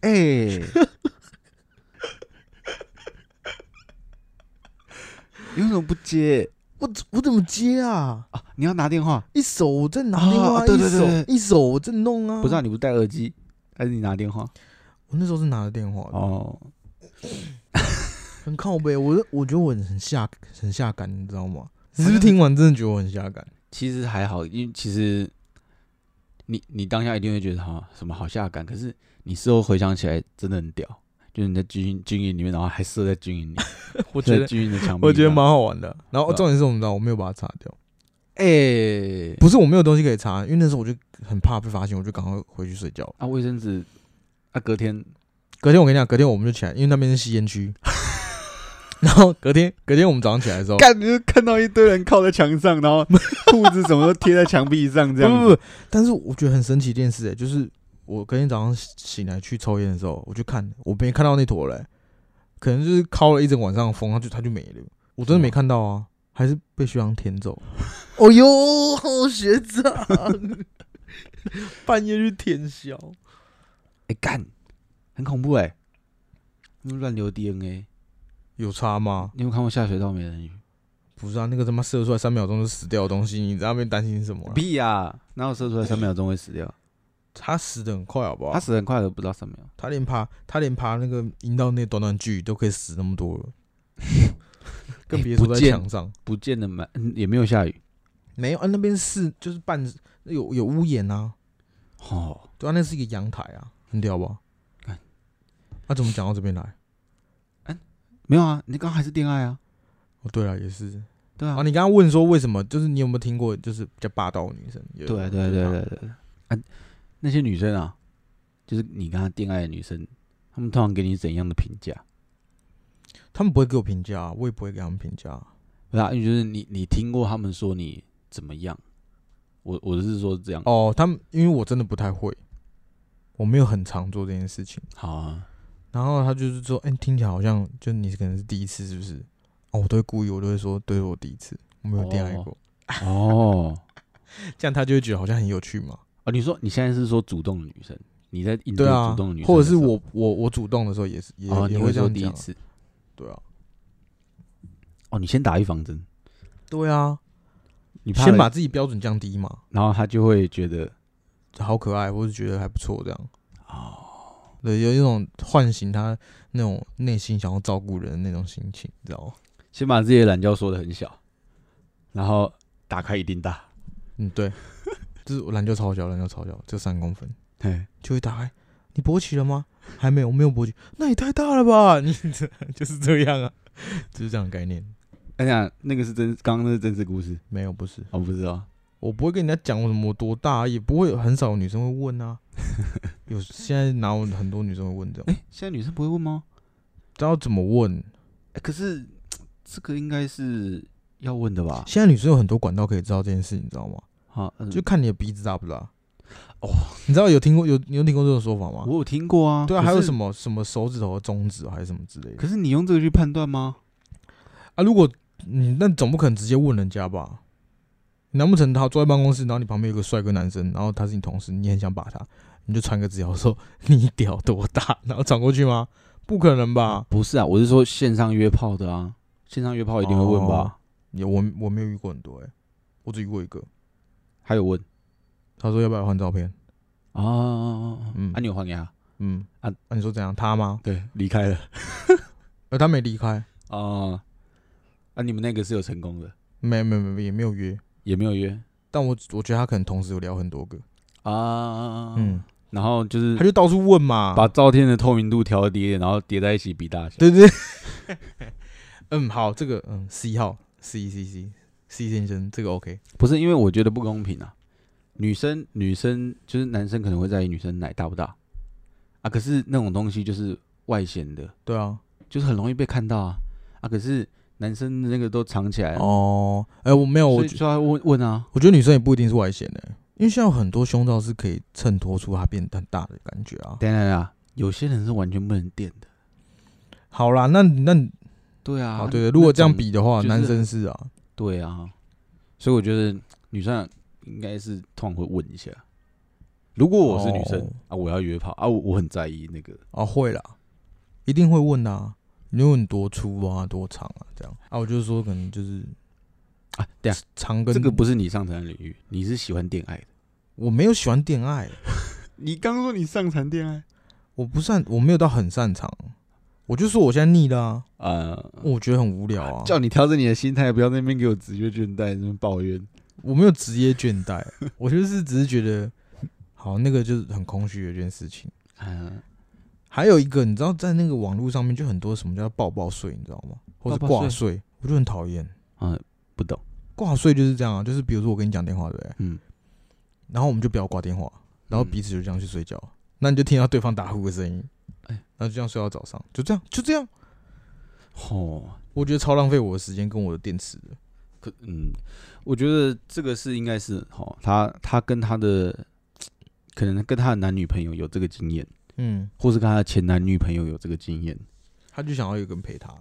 A: 哎，你为什么不接
B: 我怎我怎么接啊？
A: 啊？你要拿电话？
B: 一手我在拿电话，
A: 啊对对对对
B: 一手一手我在弄啊。
A: 不知道你不戴耳机，还是你拿电话？
B: 我那时候是拿着电话的，
A: 哦，
B: 很靠背。我我觉得我很下很下感，你知道吗？只是听完真的觉得我很下感。
A: 其实还好，因为其实你你当下一定会觉得哈什么好下感，可是你事后回想起来真的很屌，就是你在军营军营里面，然后还射在军营里，
B: 我
A: 射
B: 觉
A: 在
B: 得
A: 军营的墙壁上，
B: 我觉得蛮好玩的。然后
A: 对啊
B: 重点是我们知道我没有把它擦掉，
A: 哎、
B: 不
A: 嗯
B: 是我没有东西可以擦，因为那时候我就很怕被发现，我就赶快回去睡觉。
A: 啊卫生纸啊隔天
B: 隔天我跟你讲，隔天我们就起来，因为那边是吸烟区。 然后隔天，隔天我们早上起来的时 候，
A: 看你就看到一堆人靠在墙上，然后 裤子什么都贴在墙壁上这样
B: 不
A: 子，
B: 不不，但是我觉得很神奇一件事、欸，就是我隔天早上醒醒来去抽烟的时候，我就看我没看到那坨嘞、可能就是靠了一整晚上的风，它就它就没了，我真的没看到啊，还是被徐阳舔走。 哦哟，好学长， 半夜去舔小，
A: 哎、干，很恐怖哎、那乱流 DNA，
B: 有差吗？
A: 你有看过下水道美人鱼？
B: 不是啊，那个他妈射出来三秒钟就死掉的东西，你在那边担心什么啊？
A: 屁呀、哪有射出来三秒钟会死掉？
B: 他死的很快，好不好？
A: 他死得很快的，不到三秒。
B: 他连爬，他连爬那个阴道那短短距离都可以死那么多 了，更别说
A: 哎不
B: 在
A: 见
B: 墙上。
A: 不见得蛮，嗯也没有下雨。
B: 没有啊，那边是就是半有有屋檐啊，
A: 哦，
B: 对啊，那是一个阳台啊，很屌吧
A: 干？
B: 他、怎么讲到这边来？
A: 没有啊，你刚刚还是恋爱啊？
B: 哦，对了，也是
A: 对
B: 啊。
A: 啊，
B: 你刚刚问说为什么？就是你有没有听过就是比较霸道的女生？有
A: 对啊对啊对啊对啊对啊啊，那些女生啊，就是你跟她恋爱的女生，她们通常给你怎样的评价？
B: 他们不会给我评价、啊，我也不会给他们评价啊、
A: 不是、啊，因为就是你你听过他们说你怎么样？我我是说这样。
B: 哦，他们因为我真的不太会，我没有很常做这件事情。
A: 好啊，
B: 然后他就是说，哎、听起来好像就你可能是第一次，是不是？哦，我都会故意，我都会说，对我第一次，我没有恋爱
A: 哦
B: 过，
A: 哦
B: 这样他就会觉得好像很有趣嘛。
A: 哦，你说你现在是说主动的女生，你在应对
B: 对啊
A: 主动的女，生
B: 或
A: 的
B: 者
A: 时
B: 是
A: 候，
B: 我我我主动的时候也是也、
A: 哦，
B: 也
A: 你会
B: 这
A: 说
B: 样
A: 第一
B: 讲啊，
A: 次
B: 对啊，
A: 哦，你先打预防针，
B: 对啊，
A: 你怕
B: 先
A: 了
B: 把，自己标准降低嘛，
A: 然后她就会觉得
B: 好可爱，或者觉得还不错这样。
A: 哦，
B: 对，有一种唤醒他那种内心想要照顾人的那种心情，你知道吗？
A: 先把自己的懒觉缩的很小，然后打开一定大，
B: 嗯，对， 就是我懒觉超小，懒觉超小，就三公分。
A: 嘿，
B: 就会打开。你勃起了吗？ 还没有，我没有勃起。那也太大了吧？ 你这就是这样啊， 就是这样的概念。
A: 哎呀，那个是真，刚刚那是真实故事，
B: 没有，不是，
A: 我、不知道。
B: 我不会跟人家讲我什么多大，也不会有很少有女生会问 啊。有现在哪有很多女生会问这种？
A: 哎、现在女生不会问吗？
B: 知道怎么问？
A: 哎可是这个应该是要问的吧？
B: 现在女生有很多管道可以知道这件事，你知道吗？
A: 好，嗯
B: 就看你的鼻子大不大。
A: 哦，
B: 你知道有听过有你有听过这种说法吗？
A: 我有听过啊。
B: 对啊，还有什
A: 么？
B: 么什么手指头的中指啊还是什么之类的
A: 可是你用这个去判断吗？
B: 啊，如果你那总不可能直接问人家吧？难不成他坐在办公室，然后你旁边有个帅哥男生，然后他是你同事，你很想把他，你就传个纸条说 你屌多大，然后传过去吗？不可能吧？
A: 不是啊，我是说线上约炮的啊，线上约炮一定会问吧？
B: 有我我没有遇过很多哎、我只遇过一个，
A: 还有问
B: 他说要不要换照片？
A: 啊啊啊啊
B: 嗯
A: 啊，你有还给他？
B: 嗯
A: 啊
B: 啊，你说怎样？他吗？
A: 对，离开了
B: 呃，他没离开，
A: 啊。啊，你们那个是有成功的，
B: 没没没也没有约，
A: 也没有约
B: 但我我觉得他可能同时有聊很多个，
A: 啊啊。啊
B: 嗯，
A: 然后就是
B: 他就到处问嘛，
A: 把照片的透明度调低，然后叠在一起比大小。
B: 对对，对 嗯，好，这个嗯 C 号 C C C C 先生，这个 OK，
A: 不是因为我觉得不公平啊，女生女生就是男生可能会在意女生奶大不大啊，可是那种东西就是外显的，
B: 对啊，
A: 就是很容易被看到啊啊，可是男生的那个都藏起来了，
B: 哦，哎、我没有，我
A: 所以
B: 觉
A: 就要问问啊，
B: 我觉得女生也不一定是外显的、因为现在有很多胸罩是可以衬托出它变得很大的感觉啊。
A: 等一下等啊，有些人是完全不能垫的，
B: 好啦，那那
A: 对啊，
B: 好对对，如果这样
A: 那种
B: 比的话，
A: 就是
B: 男生是啊，
A: 对啊，所以我觉得女生应该是通常会问一下。如果我是女生、
B: 哦
A: 啊，我要约炮啊，我我很在意那个
B: 啊会啦，一定会问的啊，你问你多粗啊，多长啊，这样啊，我就是说可能就是
A: 啊，对啊，
B: 长跟
A: 这个不是你上层的领域，你是喜欢恋爱的。
B: 我没有喜欢恋爱，啊
A: 你刚说你上谈恋爱，
B: 我不擅，我没有到很擅长，我就说我现在腻了啊。
A: 呃，
B: 我觉得很无聊啊，
A: 叫你调整你的心态，不要在那边给我直觉倦怠，在那边抱怨。
B: 我没有职业倦怠，我就是只是觉得好，那个就是很空虚的一件事情。
A: 嗯，
B: 还有一个，你知道，在那个网络上面就很多什么叫抱抱睡，你知道吗？或者
A: 抱抱
B: 挂睡，我就很讨厌。
A: 不懂，
B: 挂睡就是这样啊，就是比如说我跟你讲电话，对不对？
A: 嗯，
B: 然后我们就不要挂电话，然后
A: 嗯
B: 彼此就这样去睡觉。那你就听到对方打呼的声音，
A: 哎
B: 哎，然后就这样睡到早上，就这样，就这样。
A: 哦，
B: 我觉得超浪费我的时间跟我的电池的。
A: 可嗯，我觉得这个是应该是好，他他跟他的可能跟他的男女朋友有这个经验，
B: 嗯，
A: 或是跟他的前男女朋友有这个经验，
B: 他就想要有个人陪他。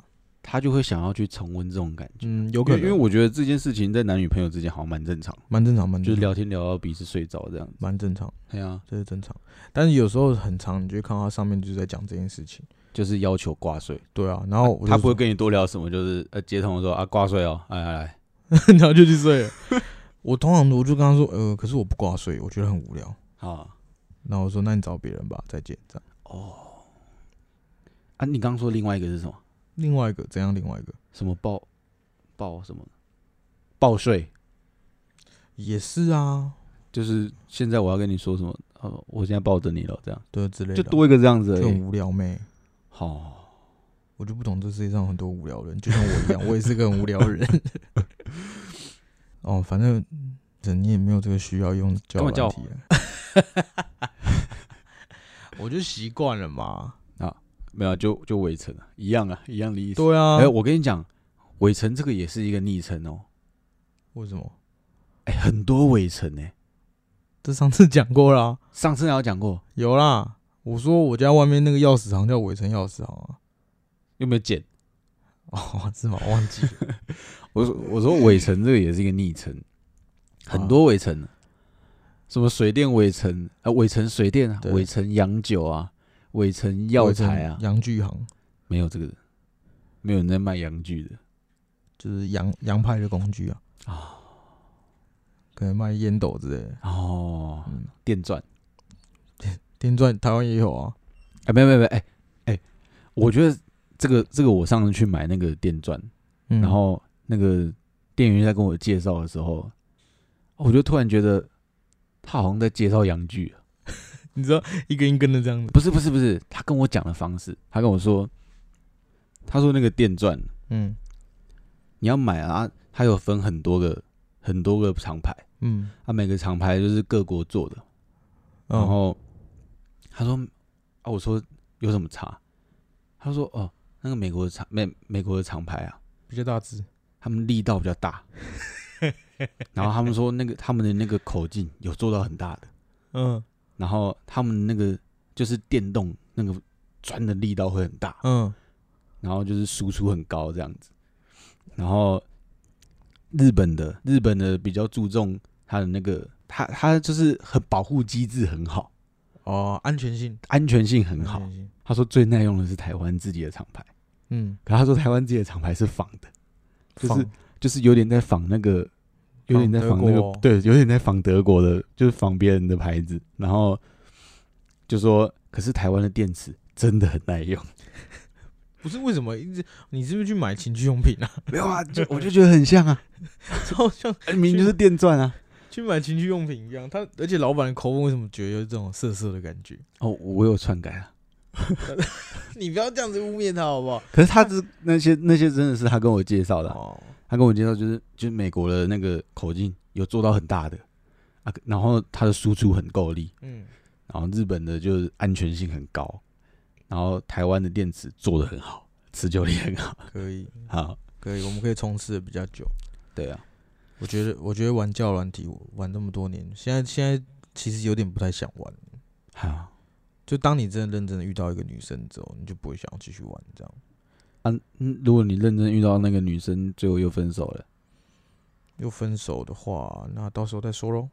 A: 他就会想要去重温这种感觉。
B: 嗯，有
A: 因为
B: 可能，
A: 因为我觉得这件事情在男女朋友之间好像蛮正常，
B: 蛮正常，蛮
A: 就
B: 正
A: 是
B: 常，
A: 聊天聊到彼此睡着这样子。
B: 蛮正常，
A: 嗯对啊，
B: 这是正常。但是有时候很长，你就会看到他上面就是在讲这件事情。
A: 就是要求挂睡，
B: 对啊，然后我就
A: 他不会
B: 说，
A: 跟你多聊什么，就是呃接通说啊挂睡哦，哎哎哎，
B: 然后就去睡了。我通常我就跟他说，呃，可是我不挂睡，我觉得很无聊。
A: 好
B: 然后我说，那你找别人吧，再见。这样，
A: 啊，你刚刚说另外一个是什么？
B: 另外一个怎样？另外一个
A: 什么报报什么报税？
B: 也是啊，
A: 就是现在我要跟你说什么？呃，我现在抱着你了，这样
B: 对之类的
A: 就
B: 啊，
A: 多一个这样子而
B: 就很
A: 已。
B: 无聊妹。
A: 好，
B: 我就不懂这世界上很多无聊人，就像我一样，我也是个很无聊 的人。哦，反正人你也没有这个需要用交
A: 干
B: 友
A: 嘛叫
B: 软体啊。 我就习惯了嘛。
A: 没有就就围城啊，一样啊，一样的意思。
B: 对啊，
A: 哎、我跟你讲，围城这个也是一个昵称哦。
B: 为什么？
A: 哎、很多围城呢、
B: 这上次讲过啦、
A: 上次有讲过，
B: 有啦。我说我家外面那个钥匙行叫伟成钥匙行啊。
A: 有没有剪？
B: 哦，是吗？我 忘记了。
A: 我说我说围城这个也是一个昵称，
B: 啊
A: 很多围城、什么水电围城啊，围城水电啊，
B: 对
A: 围城洋酒啊，围城药材啊，
B: 杨巨行
A: 没有这个，没有人在卖洋具的。
B: 就是洋洋派的工具啊。
A: 啊
B: 啊，可能卖烟斗之类的。
A: 哦，
B: 嗯，
A: 电钻。
B: 电钻台湾也有啊。
A: 哎，没有没有没有，哎哎，我觉得这个这个，我上次去买那个电钻，
B: 嗯
A: 然后那个店员在跟我介绍的时候，我就突然觉得他好像在介绍洋剧，
B: 你知道一根一根的这样子。
A: 不是不是不是，他跟我讲的方式，他跟我说，他说那个电钻
B: 嗯
A: 你要买啊，它有分很多个很多个厂牌，
B: 嗯，
A: 它每个厂牌就是各国做的，然
B: 哦
A: 后他说啊，我说有什么差？他说哦，那个美国的厂美美国的厂牌啊，
B: 比较大只，
A: 他们力道比较大，然后他们说那个他们的那个口径有做到很大的，
B: 嗯
A: 然后他们那个就是电动那个钻的力道会很大，
B: 嗯
A: 然后就是输出很高这样子，然后日本的日本的比较注重它的那个，它它就是很保护机制很好，
B: 哦，安全性
A: 安全性很好
B: 安。全性
A: 他说最耐用的是台湾自己的厂牌，
B: 嗯，
A: 可他说台湾自己的厂牌是仿的，就是
B: 放
A: 就是有点在仿那个，有点在仿那
B: 德
A: 个，
B: 国
A: 对，有点在仿德国的，就是仿别人的牌子。然后就说，可是台湾的电池真的很耐用，
B: 不是为什么一直你是不是去买情趣用品啊？
A: 没有啊，就 我就觉得很像啊，
B: 超像
A: 哎明明就是电钻啊。
B: 去买情趣用品一样。他而且老板的口吻为什么觉得有这种涩涩的感觉？
A: 哦，我有篡改啊，
B: 你不要这样子污蔑他好不好？
A: 可是他是那些那些真的是他跟我介绍的啊、
B: 哦，
A: 他跟我介绍就是就是美国的那个口径有做到很大的啊，然后它的输出很够力，
B: 嗯，
A: 然后日本的就是安全性很高，然后台湾的电池做的很好，持久力很好。
B: 可以
A: 好，
B: 可以，我们可以冲刺的比较久。
A: 对啊，
B: 我觉得我觉得玩教软体我玩这么多年，现在现在其实有点不太想玩。
A: 好，
B: 就当你真的认真的遇到一个女生之后，你就不会想要继续玩这样。
A: 啊，嗯如果你认真遇到那个女生，最后又分手了，
B: 又分手的话，那到时候再说喽，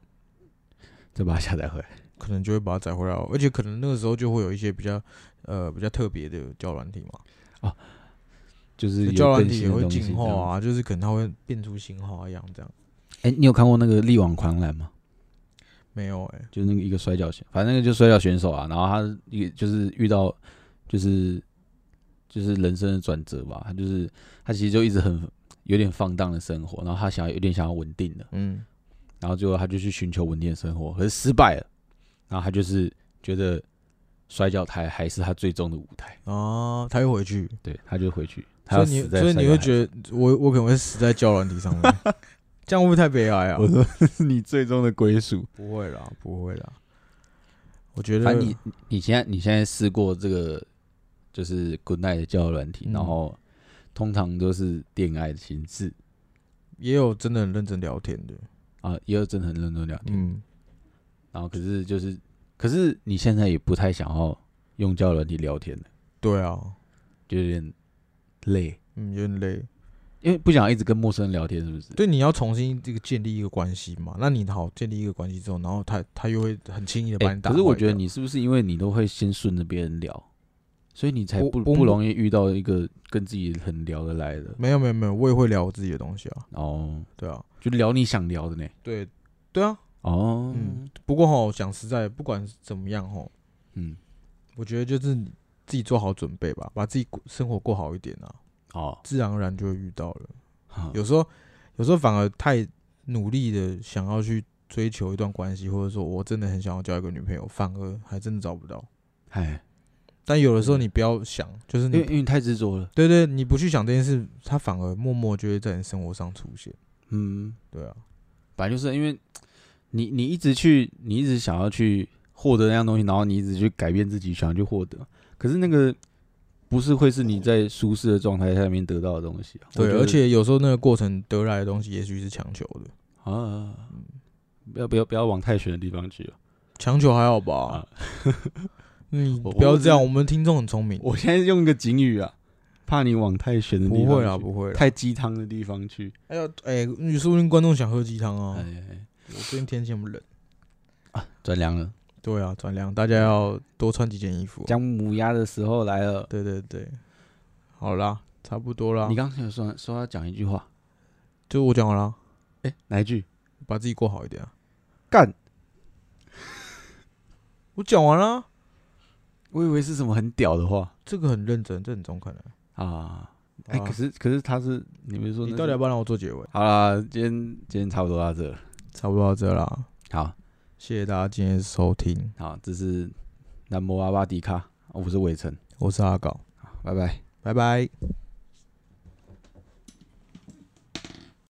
A: 再把它下载回来。
B: 可能就会把它载回来哦，而且可能那个时候就会有一些比较呃比较特别的交友软体嘛，
A: 就是有
B: 交友软
A: 更
B: 体
A: 新
B: 也
A: 的
B: 会
A: 东西
B: 进化。啊，就是可能它会变出新花样这样。
A: 哎、你有看过那个《力挽狂澜》吗？
B: 没有哎、
A: 就是那个一个摔跤选，反正那个就摔跤选手啊，然后他一个就是遇到就是就是人生的转折吧，他就是他其实就一直很有点放荡的生活，然后他想要有点想要稳定的，
B: 嗯，
A: 然后最后他就去寻求稳定的生活，可是失败了，然后他就是觉得摔跤台还是他最终的舞台，
B: 哦，他又回去，
A: 对，他就回去，他
B: 所
A: 要
B: 以你
A: 死在
B: 所以
A: 摔
B: 你
A: 跤
B: 会
A: 台
B: 觉得我我可能会死在交友软体上 面，这样会不会太悲哀啊？
A: 我说这是你最终的归属。
B: 不会啦，不会啦，我觉
A: 反
B: 得
A: 正你你你现在你现在试过这个就是 Good Night 的交友软体，
B: 嗯
A: 然后通常都是恋爱的形式
B: 也有真的很认真聊天的，
A: 啊，也有真的很认真聊天。
B: 嗯，
A: 然后可是就是，可是你现在也不太想要用交友软体聊天了，
B: 对啊，
A: 就有点累，
B: 嗯，有点累。
A: 因为不想一直跟陌生人聊天，是不是？
B: 对，你要重新这个建立一个关系嘛？那你好，建立一个关系之后，然后他他又会很轻易的把
A: 哎
B: 你打、
A: 可是我觉得，你是不是因为你都会先顺着别人聊，所以你才
B: 我
A: 不
B: 我
A: 不容易遇到一个跟自己很聊得来的
B: 没有没有没有，我也会聊我自己的东西啊，
A: 哦，
B: 对啊，
A: 就聊你想聊的呢。
B: 对对啊。
A: 哦，
B: 嗯不过吼，讲实在，不管是怎么样吼，
A: 嗯，
B: 我觉得就是你自己做好准备吧，把自己过生活过好一点啊，
A: 哦，
B: 自然而然就会遇到了。
A: 哈
B: 有时候，有时候反而太努力的想要去追求一段关系，或者说我真的很想要交一个女朋友，反而还真的找不到。
A: 哎，
B: 但有的
A: 嗯
B: 时候你不要想，就是
A: 因
B: 你
A: 为因为你太执着了。
B: 对对，你不去想这件事，它反而默默就会在你生活上出现。
A: 嗯，
B: 对啊，
A: 本来就是因为你你一直去，你一直想要去获得那样东西，然后你一直去改变自己，想要去获得，可是那个不是会是你在舒适的状态下面得到的东西啊。我
B: 对，
A: 觉得
B: 而且有时候那个过程得来的东西，也许是强求的，
A: 啊，不要不要不要往太玄的地方去了。
B: 强求还好吧
A: 啊？
B: 你
A: 我
B: 不要
A: 我只
B: 这样，我们听众很聪明，
A: 我现在用一个警语啊，怕你往太玄的地
B: 不
A: 方
B: 会啊啦，
A: 去
B: 不会啦。
A: 太鸡汤的地方去。
B: 哎呦，哎，你说不定观众想喝鸡汤啊
A: 哎。哎，哎
B: 我最近天气很冷。
A: 转凉了，
B: 对啊，转凉，大家要多穿几件衣服啊。
A: 讲母鸭的时候来了。
B: 对对对，好啦，差不多啦
A: 你。刚才有说说要讲一句话，
B: 就我讲完了，
A: 哎，哪一句？
B: 把自己过好一点啊。
A: 干。
B: 我讲完了，
A: 我以为是什么很屌的话
B: 这个很认真，这很中肯的。
A: 啊！哎、
B: 好啊
A: 可是可是他是你们说
B: 你
A: 那
B: 到底
A: 是
B: 要不要让我做结尾？
A: 好啦，今天今天差不多到这了。
B: 差不多到这啦，
A: 好
B: 谢谢大家今天的收听，
A: 好，这是哦南摩阿巴迪卡，我是伟成，
B: 我是阿搞，
A: 拜拜。
B: 拜拜。